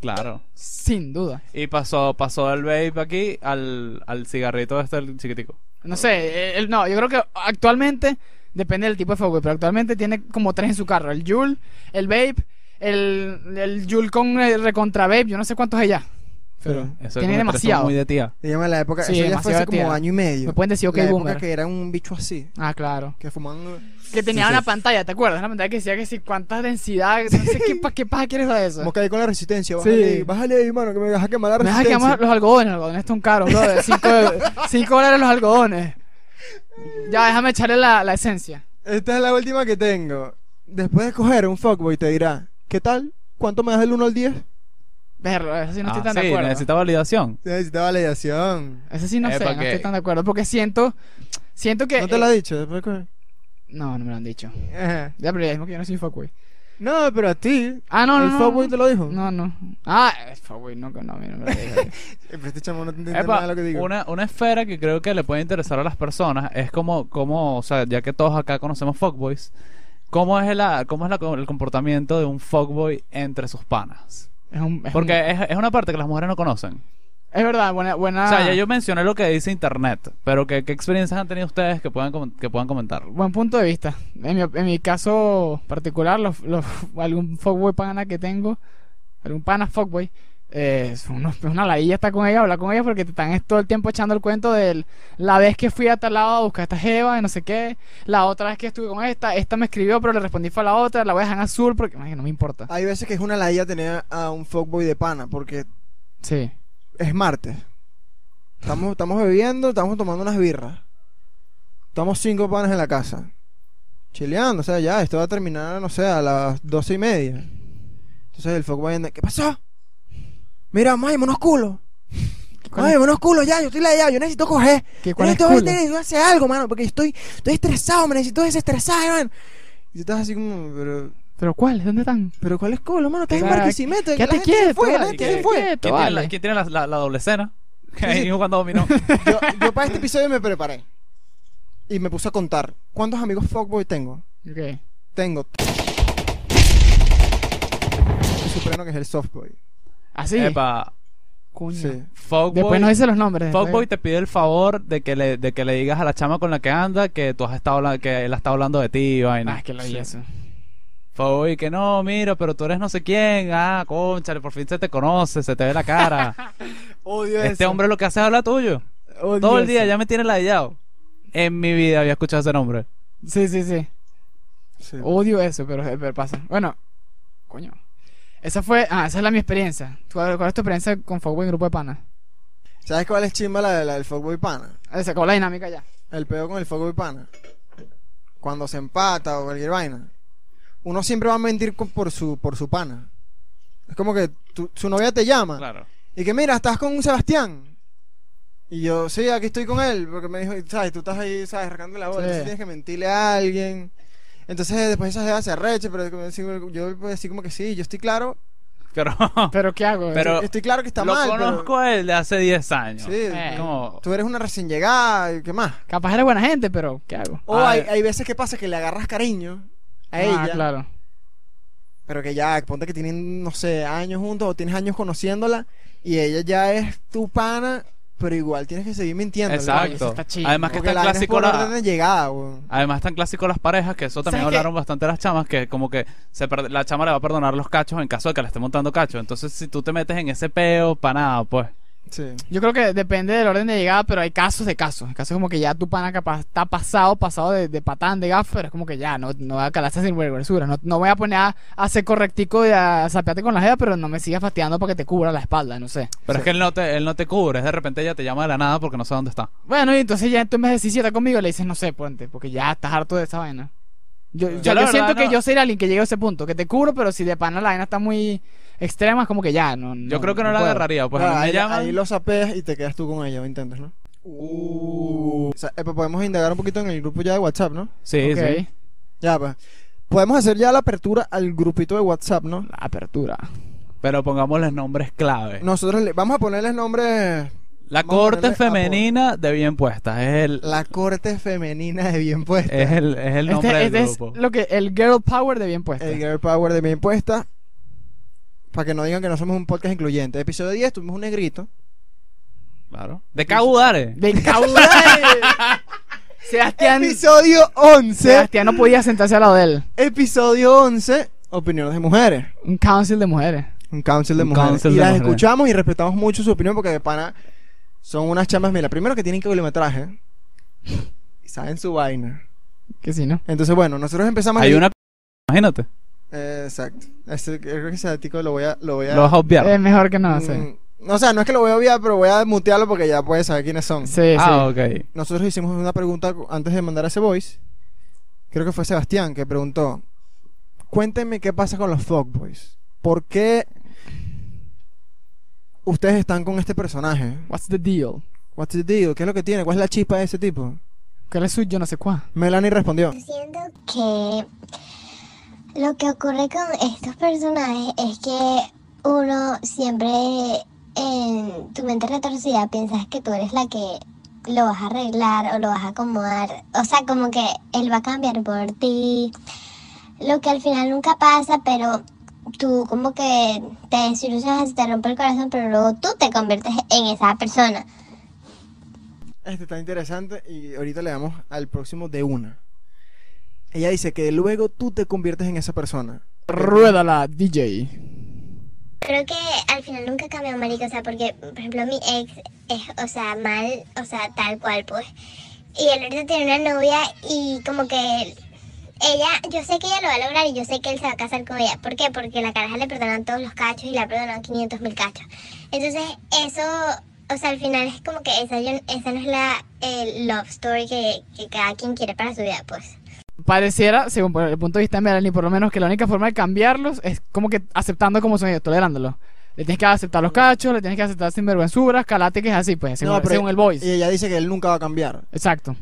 Speaker 2: Claro.
Speaker 1: Sin duda.
Speaker 2: Y pasó, pasó del vape aquí al, al cigarrito este el chiquitico.
Speaker 1: No sé, él, no, yo creo que actualmente, depende del tipo de fuckboy, pero actualmente tiene como tres en su carro: el Yule, el Vape, el, el Yule con el recontra Vape, yo no sé cuántos es ya. Pero
Speaker 3: Sí.
Speaker 2: Eso
Speaker 1: Tiene
Speaker 2: como que
Speaker 1: demasiado.
Speaker 2: son muy de tía.
Speaker 3: Se llama la época...
Speaker 1: Sí,
Speaker 3: eso ya fue hace
Speaker 1: demasiado
Speaker 3: como
Speaker 1: tierra.
Speaker 3: año y medio.
Speaker 1: me pueden decir, ok,
Speaker 3: la época
Speaker 1: boomer.
Speaker 3: que era un bicho así,
Speaker 1: Ah, claro.
Speaker 3: que fumaban...
Speaker 1: Que tenía
Speaker 2: Sí,
Speaker 1: una
Speaker 2: sí.
Speaker 1: pantalla, ¿te acuerdas? Una pantalla que decía que si cuántas densidad, no sé qué, pa- qué paja quieres de eso.
Speaker 3: Como que ahí con la resistencia.
Speaker 1: Sí.
Speaker 3: Bájale, ahí, bájale ahí, mano, que me vas a quemar la
Speaker 1: Me vas a
Speaker 3: resistencia.
Speaker 1: quemar los algodones, los algodones están caros, brother. 5 dólares los algodones. Ya, déjame echarle la, la esencia.
Speaker 3: Esta es la última que tengo. Después de coger un fuckboy te dirá, ¿qué tal? ¿Cuánto me das del 1 al 10?
Speaker 1: Verlo, eso sí no
Speaker 2: Ah,
Speaker 1: estoy tan de
Speaker 2: sí,
Speaker 1: acuerdo.
Speaker 2: necesita validación.
Speaker 3: Necesita validación.
Speaker 1: Eso sí no sé,
Speaker 2: Epa,
Speaker 1: no
Speaker 2: que-
Speaker 1: estoy tan de acuerdo. Porque siento. Siento que. eh,
Speaker 3: ¿No te lo ha dicho? Después de coger.
Speaker 1: No, no me lo han dicho.
Speaker 3: Ajá.
Speaker 1: Ya, pero ya mismo que yo no soy fuckboy.
Speaker 3: No, pero a ti.
Speaker 1: Ah, no, no.
Speaker 3: ¿El
Speaker 1: no,
Speaker 3: fuckboy
Speaker 1: no.
Speaker 3: te lo dijo?
Speaker 1: No, no. Ah, el fuckboy, no, que no, a mí no me lo dijo.
Speaker 3: Eh, Pero este chamo no te entiende
Speaker 2: Epa,
Speaker 3: nada de lo que digo.
Speaker 2: una, una esfera que creo que le puede interesar a las personas es como, como o sea, ya que todos acá conocemos fuckboys, ¿cómo es, la, cómo es la, el comportamiento de un fuckboy entre sus panas?
Speaker 1: es, un, es, un-
Speaker 2: Porque es, es una parte que las mujeres no conocen.
Speaker 1: es verdad, buena. buena
Speaker 2: O sea, ya yo mencioné lo que dice internet, pero ¿qué, qué experiencias han tenido ustedes que puedan, com- que puedan comentar?
Speaker 1: Buen punto de vista. En mi, en mi caso particular, los, los- [LAUGHS] algún fuckboy pana que tengo, algún pana fuckboy, eh, es uno- es una ladilla estar con ella, hablar con ella, porque te están es todo el tiempo echando el cuento de la vez que fui a tal lado a buscar a esta jeva y no sé qué, la otra vez que estuve con esta, esta me escribió, pero le respondí fue a la otra, la voy a dejar en azul porque ay, no me importa.
Speaker 3: Hay veces que es una ladilla tener a un fuckboy de pana, porque
Speaker 1: Sí.
Speaker 3: es martes. Estamos, estamos bebiendo, estamos tomando unas birras. Estamos cinco panas en la casa. Chileando, o sea, ya, esto va a terminar, no sé, a las doce y media. Entonces el foco va a ¿qué pasó? Mira, mamá, hay unos culos.
Speaker 1: ¿Cuál
Speaker 3: Ay,
Speaker 1: es-
Speaker 3: unos culos ya, yo estoy la yo necesito coger.
Speaker 1: qué-
Speaker 3: Yo
Speaker 1: cuál es
Speaker 3: necesito,
Speaker 1: culo?
Speaker 3: necesito hacer algo, mano, porque yo estoy, estoy estresado, me necesito desestresar, hermano. Y tú estás así como, pero,
Speaker 1: ¿Pero cuál? ¿Dónde están?
Speaker 3: pero ¿cuál es culo, mano? Estás en
Speaker 1: Claro,
Speaker 3: Barquisimeto.
Speaker 1: quédate
Speaker 3: la gente se
Speaker 1: quieto,
Speaker 3: fue, la
Speaker 1: vale,
Speaker 3: gente
Speaker 2: quédate
Speaker 3: se fue.
Speaker 1: quieto,
Speaker 2: ¿Quién tiene, la,
Speaker 1: vale.
Speaker 2: quién tiene la- la- la doble escena? [LAUGHS]
Speaker 3: sí.
Speaker 1: [LAUGHS]
Speaker 2: Jugando dominó.
Speaker 3: yo, yo para este episodio me preparé y me puse a contar cuántos amigos fuckboy tengo.
Speaker 1: Ok.
Speaker 3: Tengo. El supremo que es el softboy.
Speaker 1: Así.
Speaker 2: Epa,
Speaker 1: Coño.
Speaker 3: Sí.
Speaker 1: Después no
Speaker 2: fuckboy,
Speaker 1: dice eh. los nombres. después.
Speaker 2: fuckboy te pide el favor de que, le, de que le digas a la chama con la que anda que tú has estado, habla- que él ha estado hablando de ti y vaina.
Speaker 1: Ah, es que lo
Speaker 2: Sí.
Speaker 1: vi eso.
Speaker 2: Fuckboy que no, mira, pero tú eres no sé quién. Ah, conchale, por fin se te conoce, se te ve
Speaker 1: [LAUGHS]
Speaker 2: la cara.
Speaker 3: Odio
Speaker 2: este hombre lo que hace es hablar tuyo. Todo el día ya me tiene ladillado. En mi vida había escuchado ese nombre.
Speaker 1: Sí, sí, sí. Odio eso, pero, pero pasa. Bueno, coño. Esa fue. Ah, esa es la mi experiencia. ¿Tú- ¿Cuál, es tu experiencia con Fogboy en grupo de panas?
Speaker 3: ¿Sabes cuál es chimba la, la del fuckboy pana?
Speaker 1: Ah, Se acabó la dinámica ya.
Speaker 3: El pedo con el fuckboy pana. Cuando se empata o cualquier vaina. Uno siempre va a mentir con- por, su, por su pana. Es como que tu- su novia te llama.
Speaker 2: Claro.
Speaker 3: Y que mira, estás con un Sebastián. Y yo, sí, aquí estoy con él. Porque me dijo, y, sabes, tú estás ahí, sabes, arrancando la bola.
Speaker 1: Sí.
Speaker 3: entonces tienes que mentirle a pues, alguien. Entonces después esa jeva se arrecha, pero como decir- yo puedo decir como que sí, yo estoy claro
Speaker 2: Pero, [LAUGHS]
Speaker 1: Pero ¿qué hago?
Speaker 2: Pero-
Speaker 3: Estoy claro que está
Speaker 2: lo
Speaker 3: mal. pero-
Speaker 2: conozco a él de hace 10 años.
Speaker 3: Sí,
Speaker 1: Eh.
Speaker 2: Como,
Speaker 3: tú eres una recién llegada, ¿qué más?
Speaker 1: Capaz era buena gente, pero ¿qué hago?
Speaker 3: O
Speaker 2: Ah,
Speaker 3: hay,
Speaker 2: eh.
Speaker 3: hay veces que pasa que le agarras cariño a
Speaker 1: Ah,
Speaker 3: ella,
Speaker 1: claro.
Speaker 3: pero que ya, ponte que tienen, no sé, años juntos o tienes años conociéndola y ella ya es tu pana, pero igual tienes que seguir mintiendo.
Speaker 1: eso
Speaker 2: exacto.
Speaker 1: está chido.
Speaker 2: Además que
Speaker 3: Porque
Speaker 2: están
Speaker 3: la vaina es
Speaker 2: clásicos
Speaker 3: por
Speaker 2: la-
Speaker 3: orden de llegada, weón.
Speaker 2: Además tan clásico las parejas que eso también
Speaker 1: ¿Sabes qué?
Speaker 2: hablaron bastante las chamas que como que se perd- la chama le va a perdonar los cachos en caso de que le esté montando cachos. Entonces si tú te metes en ese peo para nada, pues.
Speaker 3: Sí.
Speaker 1: Yo creo que depende del orden de llegada, pero hay casos de casos. Hay Casos como que ya tu pana capaz está pasado, pasado de, de patán, de gafas, pero es como que ya, no, no voy a calarse sin vergüenza. No, no voy a poner a, a ser correctico y a sapearte con la jeva, pero no me sigas fastidiando para que te cubra la espalda, no sé.
Speaker 2: Pero
Speaker 3: Sí.
Speaker 2: es que él no te él no te cubre, es de repente ella te llama de la nada porque no sabe dónde está.
Speaker 1: Bueno, y entonces ya tú me decís si está conmigo, le dices, no sé, ponte, porque ya estás harto de esa vaina. Yo,
Speaker 2: Yo
Speaker 1: yo-
Speaker 2: la
Speaker 1: yo
Speaker 2: verdad
Speaker 1: siento que
Speaker 2: no-
Speaker 1: yo soy alguien que llega a ese punto, que te cubro, pero si de pana la vaina está muy extrema, es como que ya, no.
Speaker 2: Yo creo que no, la
Speaker 1: puedo.
Speaker 2: agarraría, pues a
Speaker 3: Claro,
Speaker 2: mí me
Speaker 3: ahí,
Speaker 2: llaman.
Speaker 3: ahí lo sapeas y te quedas tú con ella, ¿me entiendes, no?
Speaker 2: Uh.
Speaker 3: O sea, eh, pues podemos indagar un poquito en el grupo ya de WhatsApp, ¿no?
Speaker 2: Sí,
Speaker 1: Ok,
Speaker 2: sí.
Speaker 3: Ya, pues. Podemos hacer ya la apertura al grupito de WhatsApp, ¿no?
Speaker 1: La apertura.
Speaker 2: Pero pongámosles nombres clave.
Speaker 3: Nosotros le, vamos a ponerles nombres.
Speaker 2: La
Speaker 3: Vamos a
Speaker 2: corte
Speaker 3: ponerle apodo.
Speaker 2: femenina de bien puesta es el
Speaker 3: La corte femenina de bien puesta.
Speaker 2: es el, es el nombre
Speaker 1: Este,
Speaker 2: del
Speaker 1: este es
Speaker 2: grupo.
Speaker 1: lo que el girl power de bien puesto.
Speaker 3: El girl power de bien puesta. Para que no digan que no somos un podcast incluyente. Episodio 10 tuvimos un negrito.
Speaker 2: Claro. De Caudare.
Speaker 1: De
Speaker 2: [LAUGHS]
Speaker 1: caudal. Sebastián,
Speaker 3: Episodio 11.
Speaker 1: Sebastián no podía sentarse al lado de él.
Speaker 3: Episodio 11. Opiniones de mujeres.
Speaker 1: Un council de mujeres.
Speaker 3: Un council de
Speaker 2: Un
Speaker 3: mujeres.
Speaker 2: council
Speaker 3: y
Speaker 2: de
Speaker 3: las
Speaker 2: mujeres.
Speaker 3: escuchamos y respetamos mucho su opinión porque de pana son unas chamas. Mira, primero que tienen kilometraje. Y saben su vaina.
Speaker 1: Que sí, ¿no?
Speaker 3: Entonces, bueno, nosotros empezamos.
Speaker 2: Hay
Speaker 3: el-
Speaker 2: una imagínate.
Speaker 3: Eh, exacto. Este, creo que ese datico lo voy a. Lo voy a
Speaker 2: Lo vas a obviar.
Speaker 1: Es mejor que no,
Speaker 3: Mm,
Speaker 1: sí.
Speaker 3: O sea, no es que lo voy a obviar, pero voy a mutearlo porque ya puedes saber quiénes son.
Speaker 1: Sí,
Speaker 2: ah,
Speaker 1: sí.
Speaker 2: ok.
Speaker 3: Nosotros hicimos una pregunta cu- antes de mandar a ese voice. Creo que fue Sebastián que preguntó: Cuéntenme qué pasa con los fuckboys. ¿Por qué ustedes están con este personaje?
Speaker 1: What's the deal?
Speaker 3: What's the deal? ¿Qué es lo que tiene? ¿Cuál es la chispa de ese tipo?
Speaker 1: ¿Qué le suyo? No sé cuál.
Speaker 3: Melanie respondió:
Speaker 4: Siento que lo que ocurre con estos personajes es que uno siempre en tu mente retorcida piensas que tú eres la que lo vas a arreglar o lo vas a acomodar. O sea, como que él va a cambiar por ti. Lo que al final nunca pasa, pero tú como que te desilusionas, te rompe el corazón, pero luego tú te conviertes en esa persona.
Speaker 3: Este está interesante y ahorita le damos al próximo de una. Ella dice que luego tú te conviertes en esa persona.
Speaker 1: Ruédala, DJ.
Speaker 4: Creo que al final nunca cambió, marico, o sea, porque, por ejemplo, mi ex es, o sea, mal, o sea, tal cual, pues. Y él ahorita tiene una novia y como que ella, yo sé que ella lo va a lograr y yo sé que él se va a casar con ella. ¿Por qué? Porque la caraja le perdonan todos los cachos y la perdonan 500 mil cachos. Entonces, eso, o sea, al final es como que esa, yo- esa no es la eh, love story que, que cada quien quiere para su vida, pues.
Speaker 1: Pareciera, según por el punto de vista de Melanie, por lo menos que la única forma de cambiarlos es como que aceptando como son ellos, tolerándolos. Le tienes que aceptar los cachos, le tienes que aceptar sin vergüenzuras, calate que es así, pues, según,
Speaker 3: No, pero-
Speaker 1: según el voice.
Speaker 3: Y ella dice que él nunca va a cambiar.
Speaker 1: Exacto.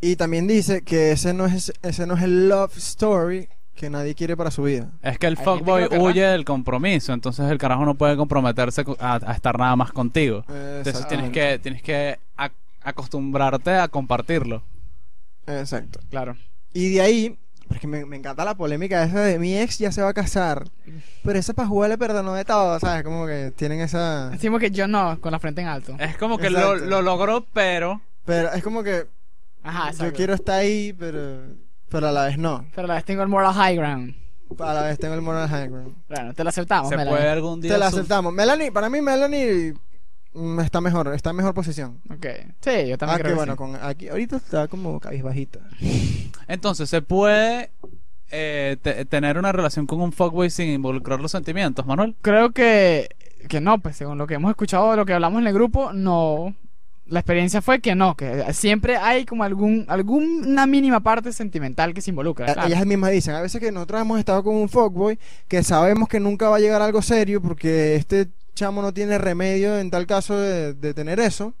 Speaker 3: Y también dice que ese no es ese no es el love story que nadie quiere para su vida.
Speaker 2: Es que el
Speaker 1: Hay gente
Speaker 2: fuckboy
Speaker 1: que lo querrá.
Speaker 2: huye del compromiso, entonces el carajo no puede comprometerse co- a, a estar nada más contigo. Entonces tienes
Speaker 3: Exactamente.
Speaker 2: que, tienes que ac- acostumbrarte a compartirlo.
Speaker 3: Exacto.
Speaker 1: Claro.
Speaker 3: Y de ahí, porque me, me encanta la polémica esa de mi ex ya se va a casar. Pero esa pajuela le perdonó de todo, ¿sabes? Como que tienen esa.
Speaker 1: Decimos que yo no, con la frente en
Speaker 3: Eh,
Speaker 1: alto.
Speaker 2: Es como que lo,
Speaker 3: Exacto.
Speaker 2: lo logró, pero
Speaker 3: Pero es como que
Speaker 1: Ajá,
Speaker 3: yo
Speaker 1: exacto.
Speaker 3: quiero estar ahí, pero, pero a la vez no.
Speaker 1: Pero la vez tengo el moral high ground.
Speaker 3: A la vez tengo el moral high ground.
Speaker 1: Bueno, te lo aceptamos,
Speaker 2: se
Speaker 1: Melanie.
Speaker 2: puede algún día.
Speaker 3: Te la
Speaker 2: su-
Speaker 3: aceptamos. Melanie, para mí Melanie mm, está mejor, está en mejor posición.
Speaker 1: Ok. Sí, yo también creo
Speaker 3: Ah, que
Speaker 1: que
Speaker 3: bueno,
Speaker 1: sí.
Speaker 3: con aquí ahorita está como cabizbajita.
Speaker 2: Entonces se puede eh, te- tener una relación con un fuckboy sin involucrar los sentimientos, Manuel.
Speaker 1: Creo que, que no, pues según lo que hemos escuchado, lo que hablamos en el grupo, no. La experiencia fue que no, que siempre hay como algún alguna mínima parte sentimental que se involucra. Ah, claro.
Speaker 3: Ellas mismas dicen, a veces que nosotros hemos estado con un fuckboy que sabemos que nunca va a llegar a algo serio porque este chamo no tiene remedio en tal caso de, de tener eso.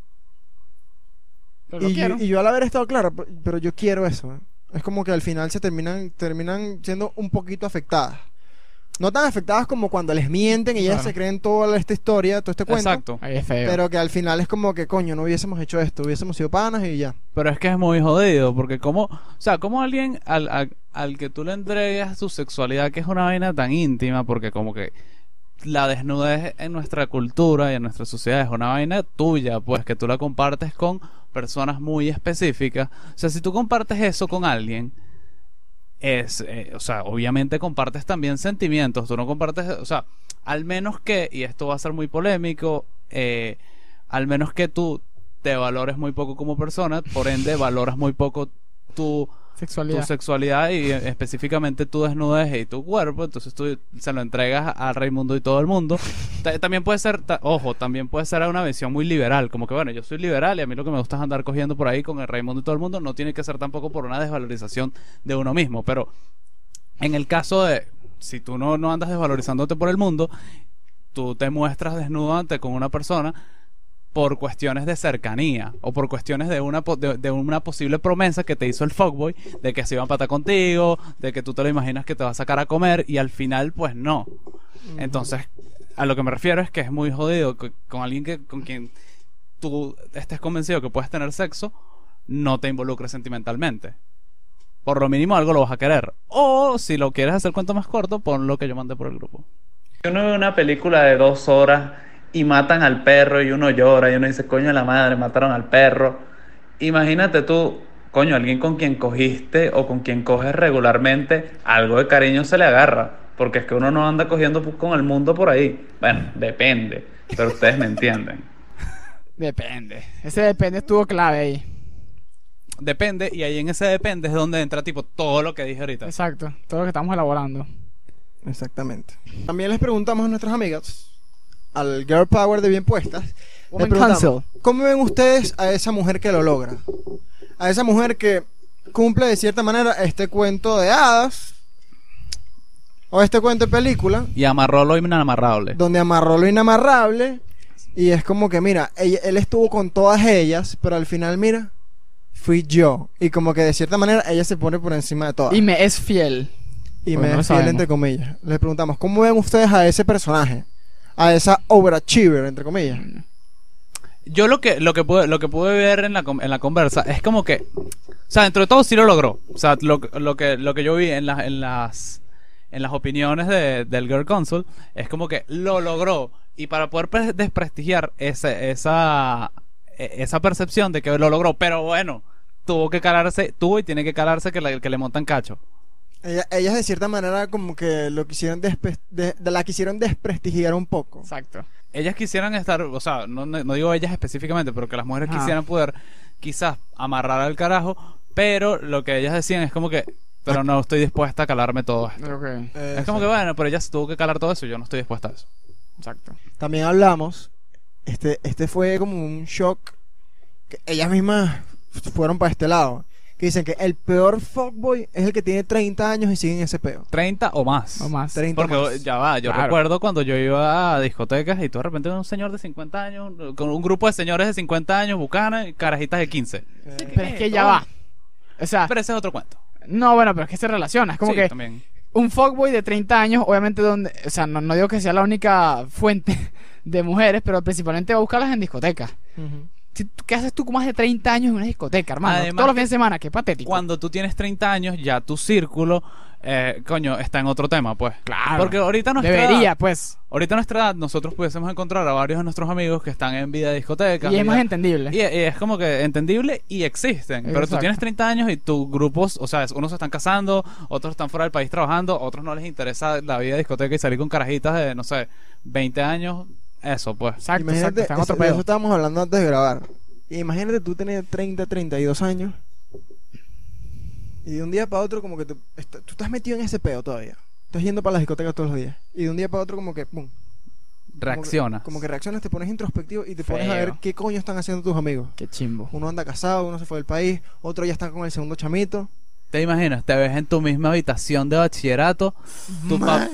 Speaker 1: Pero lo
Speaker 3: Y,
Speaker 1: quiero.
Speaker 3: y yo al haber estado claro, p- pero yo quiero eso. ¿eh? Es como que al final se terminan, terminan siendo un poquito afectadas. No tan afectadas como cuando les mienten y ellas
Speaker 1: Claro.
Speaker 3: se creen toda esta historia, todo este cuento.
Speaker 2: Exacto.
Speaker 1: Ahí es feo.
Speaker 3: Pero que al final es como que, coño, no hubiésemos hecho esto, hubiésemos sido panas y ya.
Speaker 2: Pero es que es muy jodido, porque como, o sea, como alguien al, al, al que tú le entregas tu sexualidad, que es una vaina tan íntima, porque como que la desnudez en nuestra cultura y en nuestra sociedad es una vaina tuya, pues que tú la compartes con personas muy específicas. O sea, si tú compartes eso con alguien, es, eh, o sea, obviamente compartes también sentimientos, tú no compartes, o sea, al menos que, y esto va a ser muy polémico, eh, al menos que tú te valores muy poco como persona, por ende valoras muy poco tu, tu
Speaker 1: Sexualidad.
Speaker 2: sexualidad y eh, específicamente tu desnudez y tu cuerpo, entonces tú se lo entregas a Raimundo y todo el mundo. Ta- también puede ser, ta- ojo, también puede ser una visión muy liberal, como que bueno, yo soy liberal y a mí lo que me gusta es andar cogiendo por ahí con el Raimundo y todo el mundo, no tiene que ser tampoco por una desvalorización de uno mismo, pero en el caso de si tú no, no andas desvalorizándote por el mundo, tú te muestras desnudo ante con una persona por cuestiones de cercanía o por cuestiones de una po- de, de una posible promesa que te hizo el fuckboy de que se iba a empatar contigo, de que tú te lo imaginas que te va a sacar a comer y al final pues no. Entonces, a lo que me refiero es que es muy jodido que- con alguien que con quien tú estés convencido que puedes tener sexo, no te involucres sentimentalmente. Por lo mínimo algo lo vas a querer. O si lo quieres hacer cuento más corto, pon lo que yo mandé por el grupo.
Speaker 5: Uno ve una película de dos horas y matan al perro y uno llora y uno dice, coño, la madre, mataron al perro. Imagínate tú, coño, alguien con quien cogiste o con quien coges regularmente, algo de cariño se le agarra, porque es que uno no anda cogiendo pu- con el mundo por ahí. Bueno, depende, pero ustedes me entienden.
Speaker 1: Depende. Ese depende estuvo clave ahí.
Speaker 2: Depende, y ahí en ese depende es donde entra tipo todo lo que dije ahorita.
Speaker 1: Exacto. Todo lo que estamos elaborando.
Speaker 3: Exactamente. También les preguntamos a nuestras amigas, al Girl Power de Bien Puestas, les
Speaker 1: Woman
Speaker 3: preguntamos,
Speaker 1: Council.
Speaker 3: ¿cómo ven ustedes a esa mujer que lo logra? A esa mujer que cumple de cierta manera este cuento de hadas o este cuento de película
Speaker 2: Y amarró lo inamarrable.
Speaker 3: donde amarró lo inamarrable y es como que mira, ella- él estuvo con todas ellas, pero al final mira, fui yo y como que de cierta manera ella se pone por encima de todas.
Speaker 1: Y me es fiel.
Speaker 3: Ah. Y
Speaker 1: Pues
Speaker 3: me
Speaker 1: no lo
Speaker 3: es fiel,
Speaker 1: sabemos.
Speaker 3: entre comillas. Le preguntamos, ¿cómo ven ustedes a ese personaje? A esa overachiever, entre comillas.
Speaker 2: Yo lo que, lo que pude, lo que pude ver en la, con- en la conversa es como que. O sea, dentro de todo sí lo logró. O sea, lo, lo que, lo que yo vi en, las en las. En las opiniones de- del Girl Council es como que lo logró. Y para poder pre- desprestigiar ese, esa, e- esa percepción de que lo logró. Pero bueno, tuvo que calarse, tuvo y tiene que calarse que, la- que le montan cacho.
Speaker 3: Ella- ellas de cierta manera como que lo quisieron despe- de- de- la quisieron desprestigiar un poco.
Speaker 1: Exacto.
Speaker 2: ellas quisieran estar, o sea, no, no- no digo ellas específicamente, pero que las mujeres
Speaker 1: Ajá.
Speaker 2: quisieran poder quizás amarrar al carajo, pero lo que ellas decían es como que, pero no estoy dispuesta a calarme todo esto.
Speaker 1: Ok.
Speaker 3: Eh,
Speaker 2: Es como que, bueno, pero ella se tuvo que calar todo eso y yo no estoy dispuesta a eso.
Speaker 1: Exacto.
Speaker 3: También hablamos, este, este fue como un shock, que ellas mismas fueron para este lado. Que dicen que el peor fuckboy es el que tiene 30 años y sigue en ese peo.
Speaker 2: 30 o más.
Speaker 1: O más.
Speaker 3: 30
Speaker 2: Porque
Speaker 3: más.
Speaker 2: ya va, yo
Speaker 1: Claro.
Speaker 2: recuerdo cuando yo iba a discotecas y tú de repente un señor de 50 años, con un grupo de señores de 50 años, bucanas y carajitas de 15.
Speaker 3: Eh,
Speaker 1: Pero es que ya va.
Speaker 3: Oh.
Speaker 1: O sea,
Speaker 2: Pero ese es otro cuento.
Speaker 1: no, bueno, pero es que se relaciona. Es como
Speaker 2: Sí,
Speaker 1: Ah. que
Speaker 2: también.
Speaker 1: un fuckboy de 30 años, obviamente, donde. O sea, no, no digo que sea la única fuente [LAUGHS] de mujeres, pero principalmente va a buscarlas en discotecas.
Speaker 3: Ujú.
Speaker 1: Si tú- ¿Qué haces tú con más de 30 años en una discoteca, hermano?
Speaker 2: Además
Speaker 1: Todos los
Speaker 2: que-
Speaker 1: fines de semana, qué patético.
Speaker 2: cuando tú tienes 30 años, ya tu círculo, eh, coño, está en otro tema, pues.
Speaker 1: Claro.
Speaker 2: Porque ahorita nuestra
Speaker 1: Ah, Debería,
Speaker 2: edad-
Speaker 1: pues.
Speaker 2: ahorita a nuestra edad, nosotros pudiésemos encontrar a varios de nuestros amigos que están en vida de discotecas.
Speaker 1: Y es
Speaker 2: vida-
Speaker 1: más entendible.
Speaker 2: y, y es como que entendible y existen. Pero tú
Speaker 1: Exacto.
Speaker 2: tienes 30 años y tus grupos, o sea, es- unos se están casando, otros están fuera del país trabajando, otros no les interesa la vida de discoteca y salir con carajitas de, no sé, 20 años. Eso, pues.
Speaker 1: Exacto, exacto.
Speaker 3: Imagínate,
Speaker 1: Está en otro
Speaker 3: eso- de
Speaker 1: pedo.
Speaker 3: eso estábamos hablando antes de grabar. Imagínate tú tener 30, 32 años y de un día para otro como que tú, est- tú estás metido en ese peo todavía. Estás yendo para las discotecas todos los días y de un día para otro como que pum, como que-
Speaker 2: Reacciona.
Speaker 3: Como que, reaccionas, te pones introspectivo y te pones a
Speaker 1: Feo.
Speaker 3: ver qué coño están haciendo tus amigos.
Speaker 1: Qué chimbo.
Speaker 3: Uno anda casado, uno se fue del país, otro ya está con el segundo chamito.
Speaker 2: ¿Te imaginas? Te ves en tu misma habitación de bachillerato, tu, papá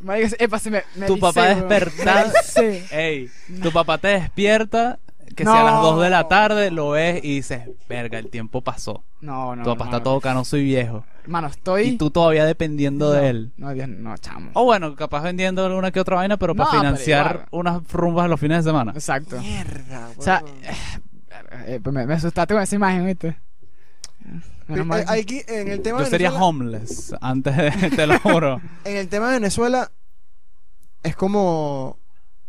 Speaker 1: Marico, epa, se me, me
Speaker 2: Tu
Speaker 1: dice,
Speaker 2: papá
Speaker 1: weón.
Speaker 2: despertado.
Speaker 1: Me dice.
Speaker 2: Ey, tu papá te despierta, que si a las 2 de la tarde lo ves y dices, verga, el tiempo pasó.
Speaker 1: No, no.
Speaker 2: tu papá
Speaker 1: no,
Speaker 2: está
Speaker 1: no.
Speaker 2: todo canoso y viejo.
Speaker 1: Mano, estoy.
Speaker 2: Y tú Oh, todavía dependiendo de él.
Speaker 1: No, Dios, no, chamo.
Speaker 2: O bueno, capaz vendiendo alguna que otra vaina, pero
Speaker 1: No,
Speaker 2: para
Speaker 1: pero
Speaker 2: financiar
Speaker 1: igual.
Speaker 2: unas rumbas los fines de semana.
Speaker 1: Exacto.
Speaker 3: Mierda,
Speaker 1: O sea,
Speaker 3: huevón.
Speaker 1: eh, pues me, me asustaste con esa imagen, ¿viste? Menos mal.
Speaker 3: Eh, aquí, en el tema
Speaker 2: Yo
Speaker 3: de
Speaker 2: sería
Speaker 3: Venezuela-
Speaker 2: homeless antes de, [LAUGHS] te lo
Speaker 1: [LAUGHS]
Speaker 2: juro.
Speaker 3: En el tema de Venezuela es como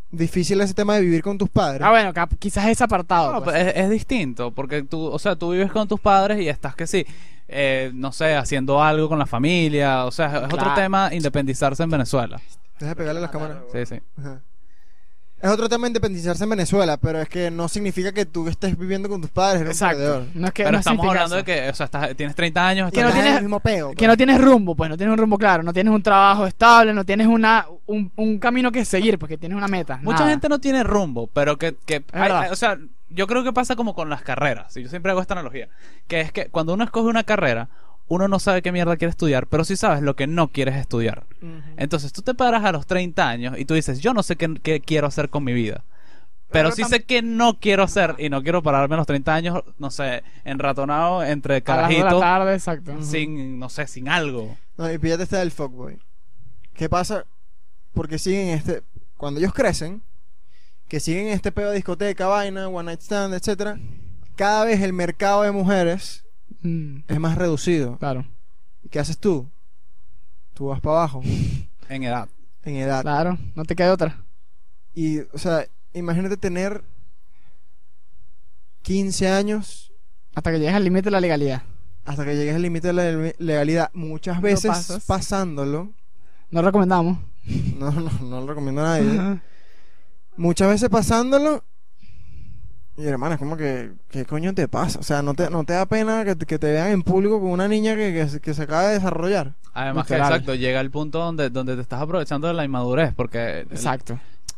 Speaker 3: difícil ese tema de vivir con tus padres.
Speaker 1: Ah, bueno, cap- quizás ese apartado.
Speaker 2: No,
Speaker 1: pues.
Speaker 2: pero es, es distinto, porque tú, o sea, tú vives con tus padres y estás que sí, eh, no sé, haciendo algo con la familia, o sea, es otro
Speaker 1: Claro.
Speaker 2: tema independizarse en Venezuela.
Speaker 3: Deja de pegarle a las cámaras.
Speaker 2: Sí, sí.
Speaker 3: Ajá. Es otro tema independizarse en Venezuela, pero es que no significa que tú estés viviendo con tus padres. eres un
Speaker 1: Exacto.
Speaker 3: perdedor.
Speaker 1: No es que,
Speaker 2: Pero
Speaker 1: no
Speaker 2: estamos
Speaker 1: significa
Speaker 2: hablando
Speaker 1: eso.
Speaker 2: de que, o sea, estás- tienes 30 años,
Speaker 1: Que no
Speaker 3: Estás en
Speaker 1: tienes-
Speaker 3: el mismo peo.
Speaker 1: que no tienes rumbo, pues no tienes un rumbo claro, no tienes un trabajo estable, no tienes una un, un camino que seguir, porque tienes una meta.
Speaker 2: Mucha
Speaker 1: nada.
Speaker 2: gente no tiene rumbo, pero que... que hay-
Speaker 1: verdad.
Speaker 2: hay- o sea, yo creo que pasa como con las carreras. Y yo siempre hago esta analogía. Que es que cuando uno escoge una carrera, uno no sabe qué mierda quiere estudiar, pero sí sabes lo que no quieres estudiar.
Speaker 3: Ujú.
Speaker 2: Entonces tú te paras a los 30 años y tú dices, yo no sé qué, qué quiero hacer con mi vida. Pero,
Speaker 3: Pero
Speaker 2: sí
Speaker 3: tam-
Speaker 2: sé qué no quiero hacer y no quiero pararme a los 30 años, no sé, enratonado entre
Speaker 1: a las dos de la
Speaker 2: carajito,
Speaker 1: tarde, exacto.
Speaker 2: sin, no sé, sin algo.
Speaker 3: No, y fíjate está del fuckboy. ¿Qué pasa? Porque siguen este... Cuando ellos crecen, que siguen este peo de discoteca, vaina, one night stand, etcétera, cada vez el mercado de mujeres
Speaker 1: Mm,
Speaker 3: es más reducido.
Speaker 1: claro.
Speaker 3: ¿Y ¿Qué haces tú? Tú vas para abajo
Speaker 2: En edad.
Speaker 3: en edad.
Speaker 1: Claro, no te queda otra.
Speaker 3: Y, o sea, imagínate tener 15 años
Speaker 1: Hasta que llegues al límite de la legalidad.
Speaker 3: hasta que llegues al límite de la le- legalidad. Muchas veces
Speaker 1: pasas.
Speaker 3: pasándolo.
Speaker 1: No recomendamos.
Speaker 3: No, no, no lo recomiendo a nadie. Muchas veces pasándolo. Y hermana, es como que, ¿qué coño te pasa? O sea, no te, no te da pena que, te- que te vean en público con una niña que, que se- que se acaba de desarrollar.
Speaker 2: Además
Speaker 1: Literal.
Speaker 2: que, exacto, llega el punto donde, donde te estás aprovechando de la inmadurez, porque el-
Speaker 1: Exacto.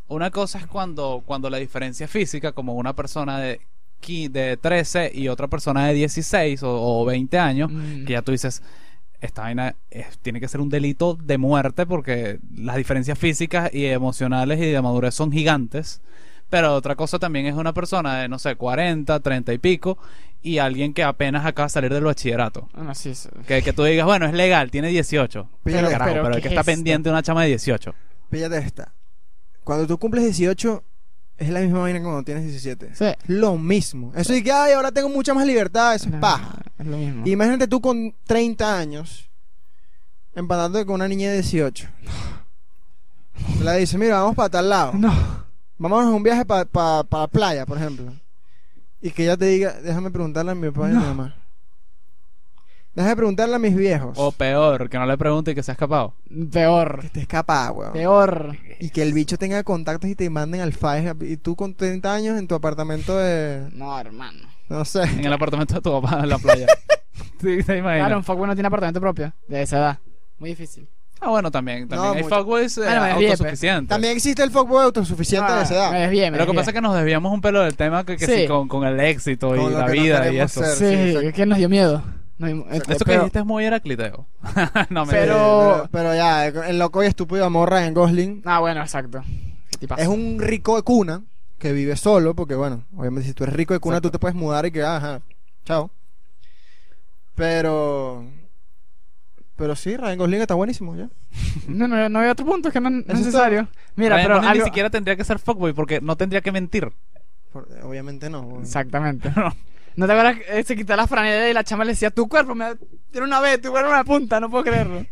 Speaker 2: una cosa es cuando, cuando la diferencia física, como una persona de, qui- de 13 y otra persona de 16 o, o 20 años,
Speaker 1: Mm.
Speaker 2: que ya tú dices, esta vaina es- tiene que ser un delito de muerte porque las diferencias físicas y emocionales y de madurez son gigantes. Pero otra cosa también es una persona de, no sé, 40, 30 y pico y alguien que apenas acaba de salir del bachillerato.
Speaker 1: Ah, no, sí, eso.
Speaker 2: Que, que tú digas, bueno, es legal, tiene 18.
Speaker 3: Píllate,
Speaker 1: Pero-
Speaker 2: Carajo,
Speaker 1: pero
Speaker 2: pero, el
Speaker 1: ¿qué
Speaker 2: que
Speaker 1: es
Speaker 2: está
Speaker 1: esto?
Speaker 2: pendiente de una chama de 18.
Speaker 3: píllate esta. Cuando tú cumples 18, es la misma vaina que cuando tienes 17.
Speaker 1: Sí.
Speaker 3: Lo mismo. Eso y que, ay, ahora tengo mucha más libertad. Eso es
Speaker 1: No,
Speaker 3: paja.
Speaker 1: Es lo mismo.
Speaker 3: Imagínate tú con 30 años empatándote con una niña de 18. La dice, mira, vamos para tal lado.
Speaker 1: No.
Speaker 3: Vámonos a un viaje para la playa, por ejemplo. Y que ella te diga, déjame preguntarle a mi papá y a mi
Speaker 1: No.
Speaker 3: mamá. Déjame preguntarle a mis viejos.
Speaker 1: Oh,
Speaker 2: O peor, que no le pregunte y que se ha escapado.
Speaker 1: Peor.
Speaker 3: que te escapa, weón.
Speaker 1: Peor.
Speaker 3: Y que el bicho tenga contactos y te manden al FAES. Y tú con 30 años en tu apartamento de...
Speaker 1: No, hermano.
Speaker 3: No sé.
Speaker 2: En el apartamento de tu papá en la
Speaker 3: [LAUGHS]
Speaker 2: playa. Sí, te imaginas.
Speaker 1: Claro, un fuckboy no tiene apartamento propio. De esa edad. Muy difícil.
Speaker 2: Ah, bueno, también. También
Speaker 3: No,
Speaker 2: hay
Speaker 3: mucho.
Speaker 2: fuckboys eh,
Speaker 1: Bueno, me desvié, pues.
Speaker 2: autosuficientes.
Speaker 3: También existe el fuckboy autosuficiente de esa edad.
Speaker 1: Ah, Me desvié, me
Speaker 2: Lo que
Speaker 1: desvié.
Speaker 2: pasa es que nos desviamos un pelo del tema que, que sí,
Speaker 1: Sí.
Speaker 2: con, con el éxito
Speaker 3: Con
Speaker 2: y
Speaker 3: lo
Speaker 2: la
Speaker 3: que no
Speaker 2: vida y
Speaker 3: queremos
Speaker 2: eso.
Speaker 3: ser.
Speaker 1: Sí,
Speaker 3: Sí, sí.
Speaker 1: es que nos dio miedo. Nos- este,
Speaker 2: Eso que
Speaker 1: pero-
Speaker 2: dijiste es muy heracliteo. [LAUGHS] no, me
Speaker 1: Pero-
Speaker 3: Eh, pero, pero ya, el loco y estúpido amor Ryan Gosling
Speaker 1: Ah, bueno, exacto. Tipazo.
Speaker 3: es un rico de cuna que vive solo, porque bueno, obviamente si tú eres rico de cuna, tú te puedes mudar y que, ajá, chao. Pero. Pero sí, Ryan Gosling está buenísimo, ya.
Speaker 1: No, no, no hay otro punto es que no es
Speaker 3: Eso es
Speaker 1: necesario. Mira,
Speaker 2: Ryan
Speaker 1: pero
Speaker 2: Gosling
Speaker 1: algo-
Speaker 2: ni siquiera tendría que ser fuckboy porque no tendría que mentir.
Speaker 3: Por- eh, obviamente no. bueno.
Speaker 1: Exactamente.
Speaker 2: [LAUGHS] No.
Speaker 1: ¿No te acuerdas? que, eh, se quitaba la franela y la chama le decía, tu cuerpo me... tiene una B, tu cuerpo me apunta, no puedo
Speaker 2: [LAUGHS]
Speaker 1: creerlo.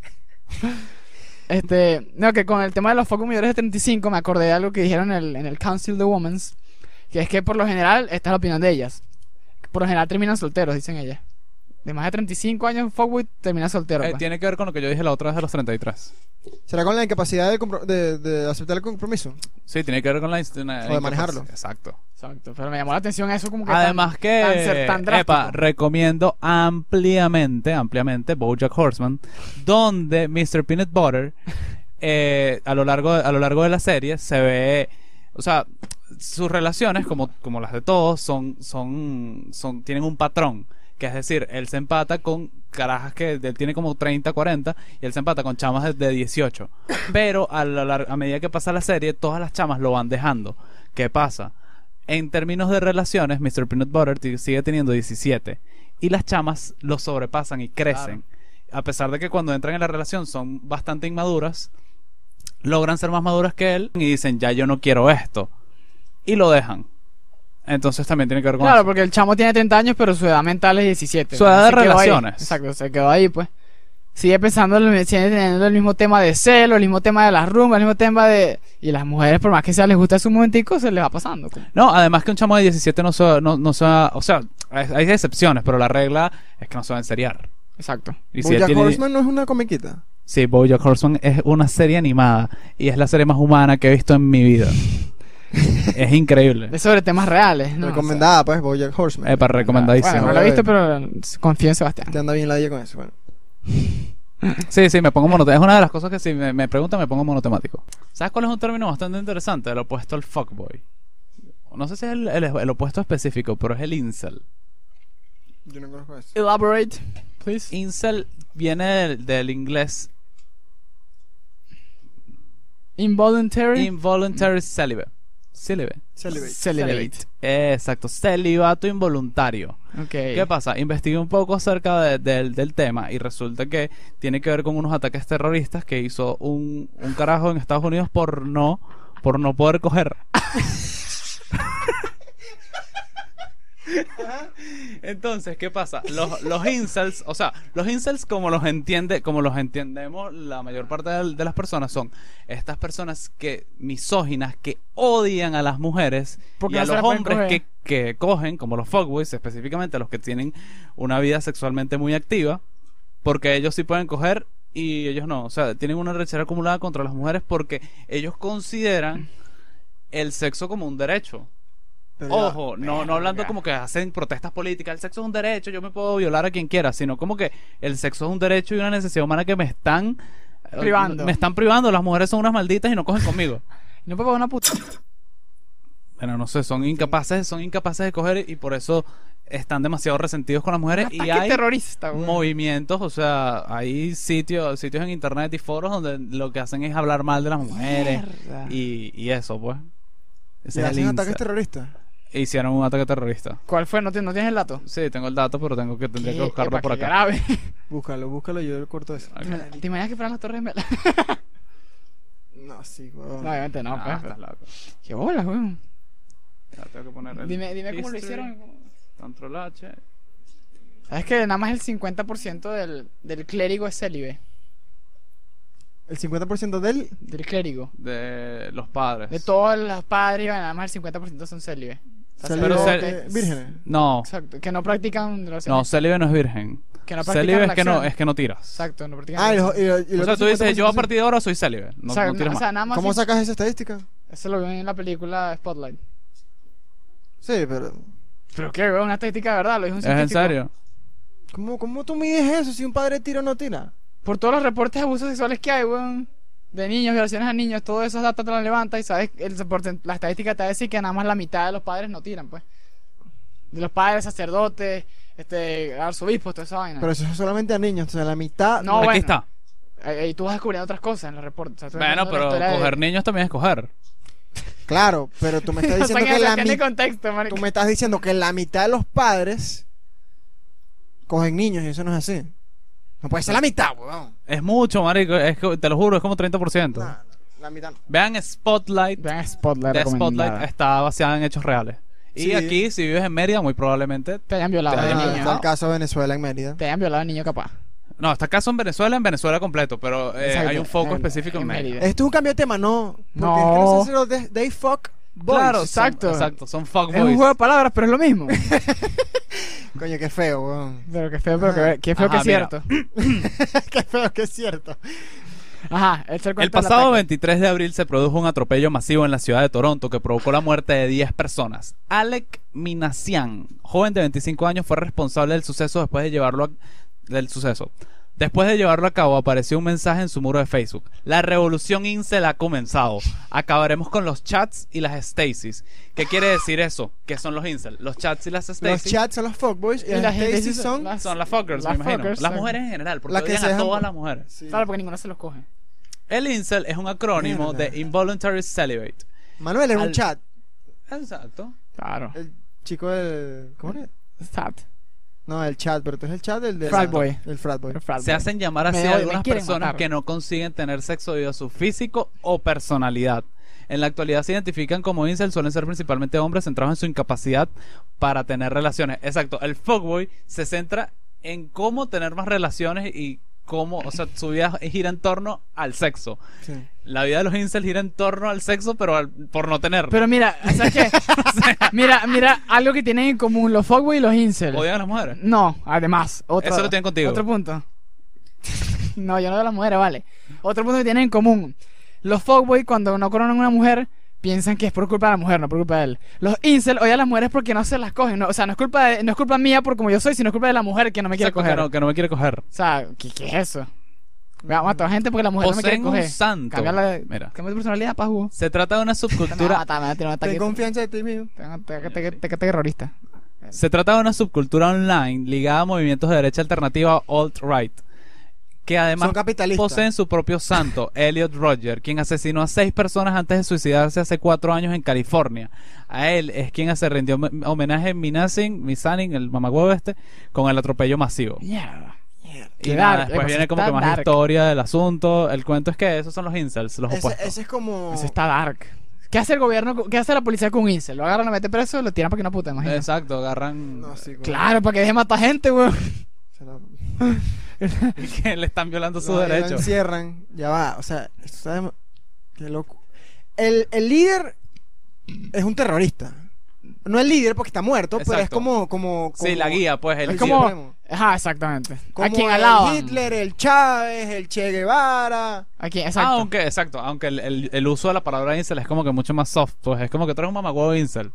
Speaker 1: este, no, que con el tema de los focos mayores de 35 me acordé de algo que dijeron en el, en el Council de Women's, que es que por lo general, esta es la opinión de ellas, por lo general terminan solteros, dicen ellas. De más de 35 años, fuckboy termina soltero.
Speaker 2: Eh,
Speaker 1: pues.
Speaker 2: tiene que ver con lo que yo dije la otra vez de los 33.
Speaker 3: ¿Será con la incapacidad de, compro- de- de aceptar el compromiso?
Speaker 2: Sí, tiene que ver con la... inst- una-
Speaker 3: O de manejarlo.
Speaker 2: Exacto.
Speaker 1: Exacto, pero me llamó la atención eso como que... tan-
Speaker 2: Además que,
Speaker 1: tan ser- tan drástico.
Speaker 2: epa, recomiendo ampliamente, ampliamente BoJack Horseman, donde Mr. Peanut Butter eh, a lo largo de, a lo largo de la serie se ve, o sea, sus relaciones como como las de todos son son son tienen un patrón, que es decir, él se empata con carajas que él tiene como 30, 40 y él se empata con chamas de, de 18. Pero a, lo lar- a medida que pasa la serie, todas las chamas lo van dejando. ¿Qué pasa? En términos de relaciones, Mr. Peanut Butter ti- sigue teniendo 17. Y las chamas lo sobrepasan y crecen. a pesar de que cuando entran en la relación son bastante inmaduras, logran ser más maduras que él y dicen, ya yo no quiero esto. Y lo dejan. Entonces también tiene que ver con
Speaker 1: Claro,
Speaker 2: eso.
Speaker 1: porque el chamo tiene 30 años, pero su edad mental es 17.
Speaker 2: Su
Speaker 1: ¿no?
Speaker 2: edad de
Speaker 1: Se quedó ahí.
Speaker 2: relaciones.
Speaker 1: Exacto, se quedó ahí, pues. Sigue pensando, en el- sigue teniendo el mismo tema de celo, el mismo tema de las rumbas, el mismo tema de... Y las mujeres, por más que sea, les gusta su momentico, se les va pasando. como-
Speaker 2: No, además que un chamo de 17 no se, no, no se va- o sea, hay, hay excepciones, pero la regla es que no se va a enseriar.
Speaker 1: Exacto.
Speaker 2: Y si él
Speaker 3: Bojack
Speaker 2: tiene-
Speaker 3: Horseman no es una comiquita.
Speaker 2: Sí, BoJack Horseman es una serie animada y es la serie más humana que he visto en mi vida. es increíble.
Speaker 1: Es sobre temas reales, ¿no?
Speaker 3: Recomendada, pues, Bojack Horseman.
Speaker 2: Epa, recomendadísimo.
Speaker 1: Bueno, no lo he visto, pero confío en Sebastián.
Speaker 3: Te anda bien la idea con eso, bueno.
Speaker 2: Sí, sí, me pongo monotemático. Es una de las cosas que si me, me preguntan me pongo monotemático. ¿Sabes cuál es un término bastante interesante? El opuesto al fuckboy. No sé si es el, el- el opuesto específico, pero es el incel.
Speaker 3: Yo no conozco eso.
Speaker 1: Elaborate, please.
Speaker 2: Incel viene del, del inglés
Speaker 1: Involuntary.
Speaker 2: involuntary celibate. Celibate.
Speaker 3: Celibate.
Speaker 1: Celebrate.
Speaker 2: Eh, Exacto, celibato involuntario.
Speaker 1: Ok.
Speaker 2: ¿Qué pasa? Investigué un poco acerca de- del- del tema y resulta que tiene que ver con unos ataques terroristas que hizo un, un carajo en Estados Unidos por no, por no poder coger. Entonces, ¿qué pasa? Los, los incels, o sea, los incels como los entiende, como los entendemos la mayor parte del- de, las personas son estas personas que misóginas que odian a las mujeres
Speaker 1: Porque
Speaker 2: y a
Speaker 1: no se
Speaker 2: los
Speaker 1: las pueden
Speaker 2: hombres
Speaker 1: coger.
Speaker 2: que, que cogen, como los fuckboys, específicamente los que tienen una vida sexualmente muy activa, porque ellos sí pueden coger y ellos no, o sea, tienen una rechera acumulada contra las mujeres porque ellos consideran el sexo como un derecho.
Speaker 3: Pero ya.
Speaker 2: Ojo, no, no hablando como que hacen protestas políticas, el sexo es un derecho, yo me puedo violar a quien quiera, sino como que el sexo es un derecho y una necesidad humana que me están eh,
Speaker 1: Privando.
Speaker 2: Me están privando, las mujeres son unas malditas y no cogen conmigo.
Speaker 1: No puedo pagar una puta.
Speaker 2: Bueno, no sé, son incapaces, son incapaces de coger y por eso están demasiado resentidos con las mujeres y
Speaker 1: Ataque
Speaker 2: hay
Speaker 1: terrorista, güey.
Speaker 2: movimientos, o sea, hay sitios, sitios en internet y foros donde lo que hacen es hablar mal de las mujeres
Speaker 1: Mierda.
Speaker 2: y, y eso, pues. Ese
Speaker 3: ¿Le
Speaker 2: es el
Speaker 3: hacen ataques
Speaker 2: Insta.
Speaker 3: terroristas?
Speaker 2: Hicieron un ataque terrorista.
Speaker 1: ¿Cuál fue? ¿No, te- no tienes el dato?
Speaker 2: Sí, tengo el dato, pero tengo que tendría que
Speaker 1: Qué-
Speaker 2: buscarlo
Speaker 1: epa,
Speaker 2: por
Speaker 1: qué
Speaker 2: acá.
Speaker 1: grave.
Speaker 3: Búscalo, búscalo, yo corto eso.
Speaker 2: Ok. [LAUGHS]
Speaker 1: ¿Te imaginas que fueran las torres gemelas?
Speaker 3: No, sí,
Speaker 1: No,
Speaker 3: weón.
Speaker 1: obviamente no,
Speaker 2: Ah,
Speaker 1: pues,
Speaker 2: estás
Speaker 1: pero-
Speaker 2: loco.
Speaker 1: Qué bola, weón.
Speaker 2: Ya, tengo que poner el
Speaker 1: Dime, dime cómo lo
Speaker 2: history,
Speaker 1: hicieron.
Speaker 2: Control H.
Speaker 1: Sabes que nada más el 50% del, del clérigo es célibe.
Speaker 3: El 50% de él,
Speaker 1: Del clérigo.
Speaker 2: De los padres.
Speaker 1: De todos los padres, bueno, nada más el 50% son célibes. O sea,
Speaker 3: salió
Speaker 2: pero
Speaker 1: célibes
Speaker 2: se-
Speaker 1: que-
Speaker 3: eh, vírgenes.
Speaker 2: No,
Speaker 1: Exacto, que no practican
Speaker 2: no,
Speaker 1: relaciones.
Speaker 2: célibe no es virgen.
Speaker 1: que no practican
Speaker 2: Célibe es
Speaker 1: la
Speaker 2: que no,
Speaker 1: acción.
Speaker 2: es que no tiras.
Speaker 1: Exacto, no practican.
Speaker 3: Ah, y
Speaker 1: la
Speaker 3: los,
Speaker 1: acción.
Speaker 3: y los- y
Speaker 2: O
Speaker 3: los
Speaker 2: sea, tú
Speaker 3: otros
Speaker 2: dices, yo a
Speaker 3: 50%
Speaker 2: partir de ahora soy célibe. No,
Speaker 1: o sea,
Speaker 2: no tiras
Speaker 1: o
Speaker 2: más.
Speaker 1: sea, nada más.
Speaker 3: ¿Cómo
Speaker 1: sí-
Speaker 3: sacas esa estadística?
Speaker 1: Eso lo ven en la película Spotlight.
Speaker 3: Sí, pero...
Speaker 1: Pero qué, weón, una estadística de verdad, lo dijo un
Speaker 2: ¿Es en
Speaker 1: científico.
Speaker 2: serio?
Speaker 3: ¿Cómo, ¿Cómo tú mides eso si un padre tira o no tira?
Speaker 1: Por todos los reportes de abusos sexuales que hay, weón. De niños, violaciones a niños, todos esos datos te los levanta y sabes, el, porcent- la estadística te va a decir que nada más la mitad de los padres no tiran, pues. De los padres, sacerdotes, este, arzobispos, toda esa vaina.
Speaker 3: Pero eso es solamente a niños, o sea, la mitad...
Speaker 1: No,
Speaker 2: Aquí
Speaker 1: bueno.
Speaker 2: está.
Speaker 1: Eh, eh, Y tú vas descubriendo otras cosas en los reportes. o sea, tú vas
Speaker 2: Bueno, pero
Speaker 1: viendo la historia de-
Speaker 2: coger niños también es coger.
Speaker 3: Claro,
Speaker 1: [LAUGHS]
Speaker 3: pero tú me estás
Speaker 1: O sea,
Speaker 3: diciendo
Speaker 1: que
Speaker 3: que la
Speaker 1: tiene
Speaker 3: mitad...
Speaker 1: contexto, marico.
Speaker 3: Tú me estás diciendo que la mitad de los padres cogen niños y eso no es así. No puede ser la mitad, weón.
Speaker 2: Es mucho, marico. Es que, te lo juro, es como 30%.
Speaker 3: Nah, no, la mitad no.
Speaker 2: Vean Spotlight.
Speaker 1: Vean Spotlight
Speaker 2: The
Speaker 1: recomendada.
Speaker 2: Spotlight está basada en hechos reales. Y
Speaker 3: Sí.
Speaker 2: aquí, si vives en Mérida, muy probablemente...
Speaker 1: Te hayan violado
Speaker 2: Te
Speaker 1: de
Speaker 2: hayan
Speaker 1: niño.
Speaker 3: Ah, está el caso de Venezuela en Mérida.
Speaker 1: Te hayan violado de niño capaz.
Speaker 2: No, está caso en Venezuela, en Venezuela completo, pero eh,
Speaker 1: Exacto,
Speaker 2: hay un foco
Speaker 1: en-
Speaker 2: específico en,
Speaker 1: en
Speaker 2: Mérida.
Speaker 1: Mérida.
Speaker 3: Esto es un cambio de tema, no. Porque
Speaker 1: No.
Speaker 3: es que los sinceros de- they fuck boys.
Speaker 2: Claro,
Speaker 1: exacto.
Speaker 2: Son, exacto, son
Speaker 1: Es un
Speaker 2: fuckboys.
Speaker 1: juego de palabras, pero es lo mismo.
Speaker 3: Coño, qué feo, weón.
Speaker 1: [LAUGHS] pero que feo, pero que, que feo
Speaker 2: Ajá,
Speaker 1: que es
Speaker 2: mira.
Speaker 1: cierto.
Speaker 3: qué feo, que es cierto.
Speaker 1: Ajá, echa el
Speaker 2: El
Speaker 1: cuento del
Speaker 2: pasado
Speaker 1: ataque.
Speaker 2: 23 de abril se produjo un atropello masivo en la ciudad de Toronto que provocó la muerte de 10 personas. Alec Minassian, joven de 25 años, fue responsable del suceso después de llevarlo a- del suceso. Después de llevarlo a cabo, apareció un mensaje en su muro de Facebook. La revolución incel ha comenzado. Acabaremos con los chats y las stasis. ¿Qué quiere decir eso? ¿Qué son los incel? Los chats y las
Speaker 3: Los
Speaker 2: stasis
Speaker 3: chats son los fuckboys y,
Speaker 1: Y las
Speaker 3: las Stacy
Speaker 1: Stacy
Speaker 3: son...
Speaker 1: las-
Speaker 2: son las fuckers,
Speaker 1: las
Speaker 2: me imagino.
Speaker 1: fuckers,
Speaker 2: las
Speaker 1: sí.
Speaker 2: mujeres en general, porque
Speaker 3: Las que
Speaker 2: odian
Speaker 3: se
Speaker 2: a
Speaker 3: dejan
Speaker 2: todas
Speaker 3: por-
Speaker 2: las mujeres.
Speaker 3: Sí.
Speaker 1: Claro, porque ninguno se los coge.
Speaker 2: El incel es un acrónimo
Speaker 3: Mierda.
Speaker 2: de Involuntary Celibate.
Speaker 3: Manuel es un
Speaker 2: Al-
Speaker 3: chat.
Speaker 2: Exacto.
Speaker 1: Claro.
Speaker 3: El chico del... ¿Cómo era?
Speaker 1: Sad.
Speaker 3: No, el chat, pero tú eres el chat del de.
Speaker 1: Frat boy.
Speaker 3: El frat boy.
Speaker 1: Frat
Speaker 2: Se
Speaker 1: boy.
Speaker 2: hacen llamar
Speaker 1: Me odio,
Speaker 2: así
Speaker 1: me
Speaker 2: algunas
Speaker 1: quieren
Speaker 2: personas
Speaker 1: matar.
Speaker 2: que no consiguen tener sexo debido a su físico o personalidad. En la actualidad se identifican como incel, suelen ser principalmente hombres centrados en su incapacidad para tener relaciones. Exacto, el fuckboy se centra en cómo tener más relaciones y cómo, o sea, su vida gira en torno al sexo.
Speaker 3: Sí.
Speaker 2: La vida de los incels gira en torno al sexo, pero al- por no tener.
Speaker 1: Pero
Speaker 2: [LAUGHS]
Speaker 1: mira, ¿sabes qué? mira, mira, algo que tienen en común los fuckboy y los incel.
Speaker 2: Odian a las mujeres.
Speaker 1: No, además, otro,
Speaker 2: Eso lo tienen contigo.
Speaker 1: Otro punto. [LAUGHS] no, yo no de las mujeres, vale. Otro punto que tienen en común. Los fuckboy cuando no coronan a una mujer piensan que es por culpa de la mujer, no por culpa de él. Los incel odian a las mujeres porque no se las cogen. No, o sea, no es culpa de- no es culpa mía por como yo soy, sino es culpa de la mujer que no me quiere
Speaker 2: Exacto, que
Speaker 1: coger.
Speaker 2: no- que no me quiere coger.
Speaker 1: O sea, ¿qué, qué es eso? Voy a matar a gente porque la mujer no me quiere
Speaker 2: Poseen un
Speaker 1: coger.
Speaker 2: santo.
Speaker 1: Cambiarla de-
Speaker 2: Mira.
Speaker 1: Cambia tu personalidad, Paju.
Speaker 2: Se trata de una
Speaker 1: Te van a
Speaker 2: subcultura
Speaker 1: matar, me van a tirar un ataque.
Speaker 3: Ten confianza de ti mismo.
Speaker 1: Te van a- te van a- te- te- te- terrorista.
Speaker 2: Se trata de una subcultura online ligada a movimientos de derecha alternativa alt-right, que además
Speaker 3: Son capitalistas.
Speaker 2: poseen su propio
Speaker 3: [LAUGHS]
Speaker 2: santo, Elliot Roger, quien asesinó a seis personas antes de suicidarse hace cuatro años en California. A él es quien se rindió hom- homenaje en Minasin, Misanin, el mamagüevo este, con el atropello masivo.
Speaker 1: Mierda.
Speaker 2: Y
Speaker 1: Qué
Speaker 2: nada,
Speaker 1: dark,
Speaker 3: pues,
Speaker 2: después
Speaker 1: eh,
Speaker 2: viene
Speaker 1: eso
Speaker 2: como que
Speaker 1: está
Speaker 2: más
Speaker 1: dark.
Speaker 2: historia del asunto. El cuento es que esos son los incels, los
Speaker 3: Ese,
Speaker 2: opuestos.
Speaker 3: ese es como.
Speaker 1: Eso está dark. ¿Qué hace el gobierno? con- ¿Qué hace la policía con un incel? Lo agarran, lo meten preso, lo tiran para que no puta, imagínate.
Speaker 2: Exacto, agarran
Speaker 3: No, sí, güey.
Speaker 1: Claro, para que deje matar gente, weón.
Speaker 3: Se la-
Speaker 2: [LAUGHS] que le están violando sus
Speaker 3: No, ya lo
Speaker 2: derechos.
Speaker 3: encierran, ya va, o sea, esto está dem- qué loco. El, el líder es un terrorista. No el líder porque está muerto, pero es
Speaker 2: Exacto.
Speaker 3: como, como,
Speaker 2: Sí,
Speaker 3: como-
Speaker 2: la guía, pues.
Speaker 1: Es
Speaker 2: El
Speaker 3: sí,
Speaker 1: como.
Speaker 3: supremo.
Speaker 1: Ajá, exactamente.
Speaker 3: como
Speaker 1: a quien
Speaker 3: el
Speaker 1: alaban.
Speaker 3: Hitler, el Chávez, el Che Guevara.
Speaker 1: A quien, exacto.
Speaker 2: Aunque, Ah, exacto, aunque el, el- el uso de la palabra incel es como que mucho más soft, pues es como que tú eres un mamagüevo incel.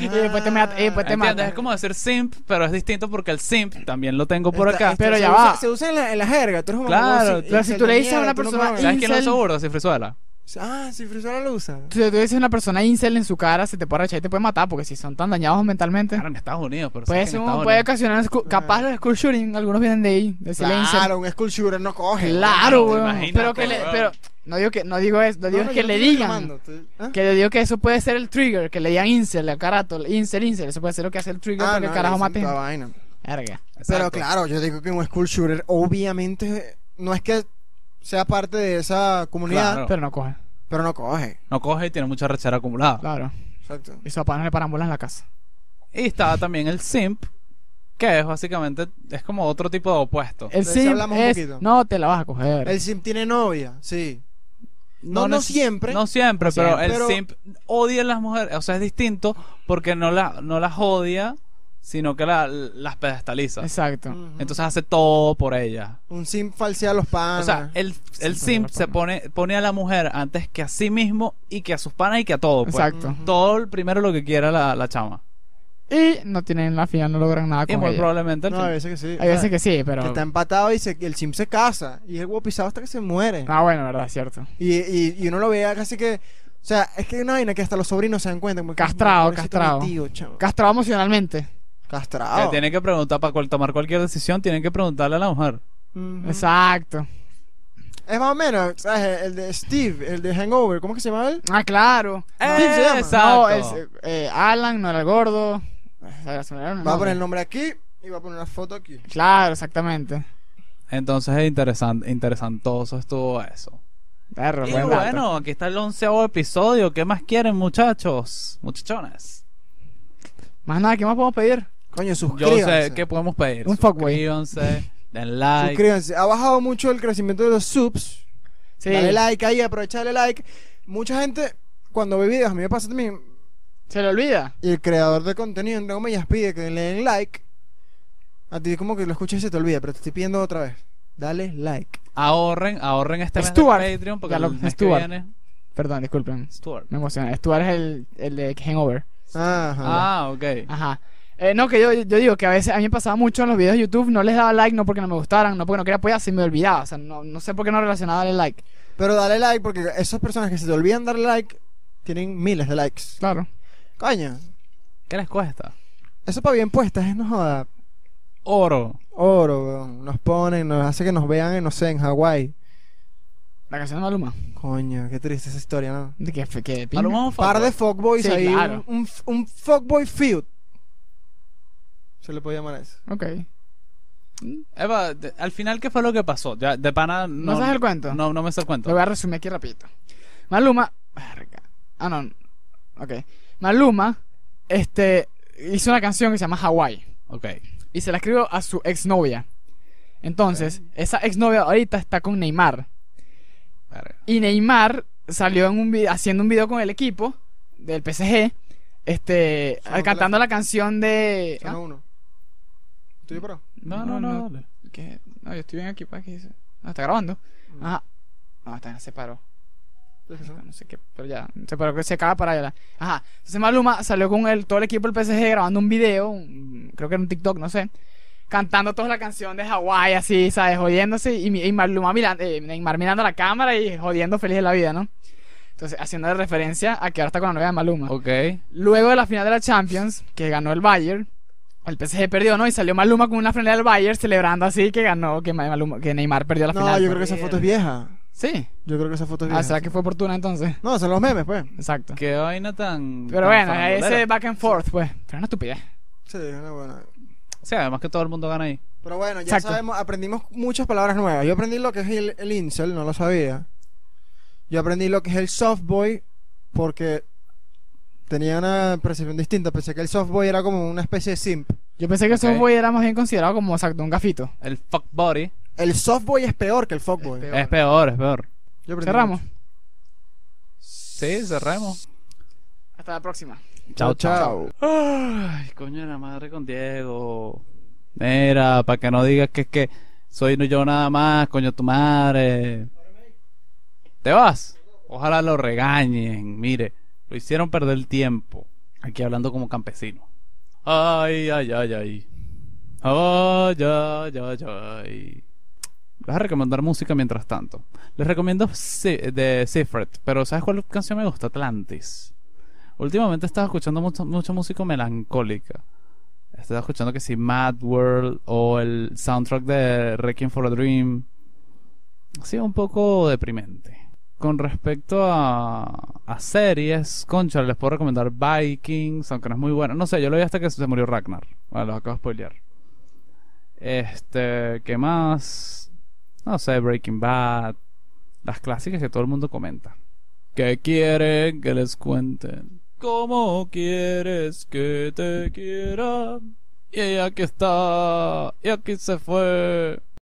Speaker 1: Y después te mata. Y después Pues te
Speaker 2: ¿Entiendes?
Speaker 1: mata.
Speaker 2: Ah, Es como decir simp, pero es distinto porque el simp también lo tengo por
Speaker 3: Está-
Speaker 2: acá.
Speaker 3: esto
Speaker 1: pero
Speaker 3: se
Speaker 1: ya
Speaker 3: usa-
Speaker 1: va.
Speaker 3: Se usa en la, en la jerga, tú eres un
Speaker 2: Claro, claro,
Speaker 3: mamón,
Speaker 1: si
Speaker 3: incel
Speaker 1: tú le
Speaker 3: de
Speaker 1: dices a una
Speaker 3: mierda, tú no
Speaker 1: persona-
Speaker 3: mames.
Speaker 2: ¿Sabes quién lo
Speaker 1: incel-
Speaker 2: usa burda? Si Frizuela.
Speaker 3: Ah, sí, Frisola lo usa.
Speaker 1: Si tú dices una persona incel en su cara, se te puede rechazar y te puede matar, porque si son tan dañados mentalmente.
Speaker 2: Claro, en Estados Unidos, pero
Speaker 1: Puede,
Speaker 2: sí que
Speaker 1: ser
Speaker 2: en
Speaker 1: un-
Speaker 2: Estados
Speaker 1: puede
Speaker 2: Unidos.
Speaker 1: ocasionar scu- capaz los school shooting, algunos vienen de ahí, de silencio.
Speaker 3: Ah. Claro, un school shooter no coge.
Speaker 1: Claro,
Speaker 2: Imagínate,
Speaker 1: weón. Pero que le,
Speaker 2: weón.
Speaker 1: pero no digo que no digo eso, no
Speaker 3: No,
Speaker 1: digo
Speaker 3: no,
Speaker 1: que
Speaker 3: yo
Speaker 1: le
Speaker 3: no estoy
Speaker 1: digan.
Speaker 3: reclamando, estoy- ¿Ah?
Speaker 1: Que le digo que eso puede ser el trigger, que le digan incel a carato, incel, incel, eso puede ser lo que hace el trigger
Speaker 3: Ah,
Speaker 1: porque el
Speaker 3: no,
Speaker 1: carajo
Speaker 3: dicen
Speaker 1: mate.
Speaker 3: toda vaina.
Speaker 1: Verga.
Speaker 3: Pero
Speaker 2: Exacto.
Speaker 3: claro, yo digo que un school shooter obviamente no es que sea parte de esa comunidad,
Speaker 2: Claro.
Speaker 1: Pero no coge.
Speaker 3: pero no coge.
Speaker 2: No coge y tiene mucha rechera acumulada.
Speaker 1: Claro.
Speaker 3: Exacto.
Speaker 1: Y su papá no le paran bolas en la casa.
Speaker 2: Y está también el simp, que es básicamente, es como otro tipo de opuesto.
Speaker 1: El
Speaker 3: eso
Speaker 1: sim
Speaker 3: hablamos un
Speaker 1: es
Speaker 3: poquito.
Speaker 1: no te la vas a coger.
Speaker 3: El sim tiene novia, sí. No, no,
Speaker 2: neces-
Speaker 3: siempre.
Speaker 2: No siempre,
Speaker 1: No
Speaker 2: pero
Speaker 1: siempre.
Speaker 2: el
Speaker 3: Pero-
Speaker 2: simp odia a las mujeres. O sea, es distinto porque no, la, no las odia, sino que la- las pedestaliza.
Speaker 1: Exacto.
Speaker 3: Ujú.
Speaker 2: Entonces hace todo por ella.
Speaker 3: un sim falsea a los
Speaker 2: O
Speaker 3: panas.
Speaker 2: sea, el, el simp se pone, pone a la mujer antes que a sí mismo y que a sus panas y que a todo. pues.
Speaker 1: Exacto.
Speaker 3: mm.
Speaker 2: Todo el- primero lo que quiera la, la chama.
Speaker 1: Y no tienen la final, no logran nada
Speaker 2: Y
Speaker 1: con
Speaker 2: muy
Speaker 1: ella.
Speaker 2: probablemente el
Speaker 3: no, a
Speaker 2: fin.
Speaker 3: veces que sí.
Speaker 1: Hay
Speaker 3: o
Speaker 1: veces
Speaker 3: sea,
Speaker 1: que sí,
Speaker 3: pues, que
Speaker 1: pero
Speaker 3: está empatado y se- el sim se casa y es guapizado hasta que se muere.
Speaker 1: Ah, bueno, verdad, cierto.
Speaker 3: Y, y, y uno lo vea casi que. O sea, es que hay una vaina que hasta los sobrinos se dan cuenta. como que,
Speaker 1: Castrado,
Speaker 3: "Pobrecito mi
Speaker 1: castrado".
Speaker 3: tío, chamo".
Speaker 1: Castrado emocionalmente.
Speaker 3: castrado.
Speaker 2: Que tiene que preguntar para cual- tomar cualquier decisión, tienen que preguntarle a la mujer.
Speaker 3: Ujú.
Speaker 1: Exacto.
Speaker 3: Es más o menos, ¿sabes? El de Steve, el de Hangover, ¿cómo es que se llama él?
Speaker 1: Ah, claro.
Speaker 3: Steve se llama.
Speaker 1: No,
Speaker 2: Exacto.
Speaker 1: es, eh, Alan, no era el gordo. Ah, se me olvidaron los
Speaker 3: Va a poner
Speaker 1: nombres.
Speaker 3: el nombre aquí y va a poner una foto aquí.
Speaker 1: Claro, exactamente.
Speaker 2: Entonces es interesante, interesantoso estuvo eso.
Speaker 1: Perro,
Speaker 2: Y
Speaker 1: buen dato.
Speaker 2: bueno, aquí está el onceavo episodio. ¿Qué más quieren, muchachos? Muchachones.
Speaker 1: Más nada, ¿qué más podemos pedir?
Speaker 3: Coño,
Speaker 2: Yo
Speaker 3: suscríbanse.
Speaker 2: sé qué podemos pedir.
Speaker 1: Un fuckboy.
Speaker 2: Suscríbanse, den like.
Speaker 3: Suscríbanse. Ha bajado mucho el crecimiento de los subs.
Speaker 1: Sí,
Speaker 3: Dale like ahí, aprovechale like. Mucha gente, cuando ve videos, a mí me pasa también.
Speaker 1: se le olvida.
Speaker 3: Y el creador de contenido, entre comillas, pide que le den like. A ti, como que lo escuchas y se te olvida, pero te estoy pidiendo otra vez. Dale like.
Speaker 2: ahorren, ahorren este mes de
Speaker 1: Stuart.
Speaker 2: Patreon porque
Speaker 1: Ya lo-
Speaker 2: el mes
Speaker 1: Stuart.
Speaker 2: que viene.
Speaker 1: Perdón, disculpen.
Speaker 2: Stuart.
Speaker 1: Me emocioné. Stuart es el, el de Hangover.
Speaker 3: Ajá.
Speaker 2: Ah, ok.
Speaker 1: Ajá. Eh, no, que yo, yo digo que a veces a mí me pasaba mucho en los videos de YouTube, no les daba like, no porque no me gustaran, no porque no quería apoyar, se me olvidaba. O sea, no, no sé por qué no relacionaba darle like.
Speaker 3: Pero dale like porque esas personas que se te olvidan darle like tienen miles de likes.
Speaker 1: Claro.
Speaker 3: Coño,
Speaker 2: ¿Qué les cuesta?
Speaker 3: eso para bien puestas, es no joda.
Speaker 2: Oro.
Speaker 3: Oro, weón. Nos ponen, nos hace que nos vean, en, no sé, en Hawái.
Speaker 1: La canción de Maluma.
Speaker 3: Coño, qué triste esa historia, ¿no?
Speaker 1: De que, que
Speaker 2: Para un
Speaker 1: pinga.
Speaker 2: buen
Speaker 3: Par
Speaker 2: fuckboy.
Speaker 3: de fuckboys
Speaker 1: Sí,
Speaker 3: ahí.
Speaker 1: claro.
Speaker 3: Un, un, un fuckboy feud. Se le puede llamar a eso.
Speaker 1: Ok.
Speaker 2: Eva, de- al final, ¿qué fue lo que pasó? Ya, de pana, no.
Speaker 1: ¿No sabes el cuento?
Speaker 2: No, no me sé el
Speaker 1: Lo
Speaker 2: cuento.
Speaker 1: voy a resumir aquí rapidito. Maluma. verga. Ah, no. Ok. Maluma este, hizo una canción que se llama Hawaii.
Speaker 2: Ok.
Speaker 1: Y se la escribió a su exnovia. Entonces, esa exnovia ahorita está con Neymar.
Speaker 2: Verga.
Speaker 1: Y Neymar salió en un vi- haciendo un video con el equipo del PSG. Este,
Speaker 3: Sonó un
Speaker 1: cantando
Speaker 3: teléfono.
Speaker 1: la canción de. ah,
Speaker 3: Solo uno. ¿Estoy para?
Speaker 2: No,
Speaker 1: No,
Speaker 2: no, no.
Speaker 1: no.
Speaker 2: dale.
Speaker 1: Ah, ¿qué? No, yo estoy bien aquí, ¿para qué dice? Ah, está grabando.
Speaker 3: Mm.
Speaker 1: Ajá. No, está bien, se paró. No sé qué, pero ya, se paró que se acaba para allá. Ajá. Entonces Maluma salió con el, todo el equipo del PSG grabando un video, un- creo que era un TikTok, no sé. Cantando toda la canción de Hawái, así, ¿sabes? Jodiéndose. Y, mi- y Maluma mirando, Neymar mirando la cámara y jodiendo feliz de la vida, ¿no? Entonces, haciendo referencia a que ahora está con la novia de Maluma.
Speaker 2: Ok.
Speaker 1: Luego de la final de la Champions, que ganó el Bayern, el PSG perdió, ¿no? Y salió Maluma con una final del Bayern celebrando así que ganó, que, Ma- Maluma- que Neymar perdió la
Speaker 3: No,
Speaker 1: final.
Speaker 3: yo
Speaker 1: pues.
Speaker 3: creo que esa foto es vieja.
Speaker 1: Sí.
Speaker 3: Yo creo que esa foto es
Speaker 1: Ah,
Speaker 3: vieja.
Speaker 1: ¿será que fue oportuna entonces?
Speaker 3: No, son los memes, pues.
Speaker 1: Exacto.
Speaker 2: Qué vaina tan.
Speaker 1: Pero
Speaker 2: tan
Speaker 1: bueno,
Speaker 2: farandulera.
Speaker 1: ese back and forth, pues. Pero una estupidez.
Speaker 3: Sí, una buena.
Speaker 2: Sí, además que todo el mundo gana ahí.
Speaker 3: Pero bueno, ya
Speaker 1: Exacto.
Speaker 3: sabemos, aprendimos muchas palabras nuevas. Yo aprendí lo que es el, el incel, no lo sabía. Yo aprendí lo que es el softboy porque tenía una percepción distinta. Pensé que el softboy era como una especie de simp.
Speaker 1: Yo pensé que el
Speaker 2: Ok.
Speaker 1: softboy era más bien considerado como, exacto, un gafito.
Speaker 2: El fuck body
Speaker 3: El softboy es peor que el fuckboy.
Speaker 1: peor.
Speaker 2: es peor, es peor.
Speaker 3: Yo aprendí
Speaker 1: Cerramos.
Speaker 3: mucho.
Speaker 2: Sí, cerremos.
Speaker 1: Hasta la próxima.
Speaker 3: Chao, chao.
Speaker 2: Ay, coño de la madre con Diego. Mira, para que no digas que es que soy yo nada más, coño tu madre. ¿Te vas? Ojalá lo regañen, mire. Lo hicieron perder el tiempo. Aquí hablando como campesino. Ay, ay, ay, ay. Ay, ay, ay, ay. Les voy a recomendar música mientras tanto. Les recomiendo Si- de Seafret, pero ¿sabes cuál canción me gusta? Atlantis. Últimamente estaba escuchando mucho, mucho música melancólica. Estaba escuchando que si Mad World o el soundtrack de Requiem for a Dream. Sí, un poco deprimente. Con respecto a, a series, concha, les puedo recomendar Vikings, aunque no es muy bueno. No sé, yo lo vi hasta que se murió Ragnar. Bueno, lo acabo de spoilear. Este, ¿qué más? No sé, Breaking Bad. Las clásicas que todo el mundo comenta. ¿Qué quieren que les cuenten? ¿Cómo quieres que te quiera? Y ella aquí está, y aquí se fue.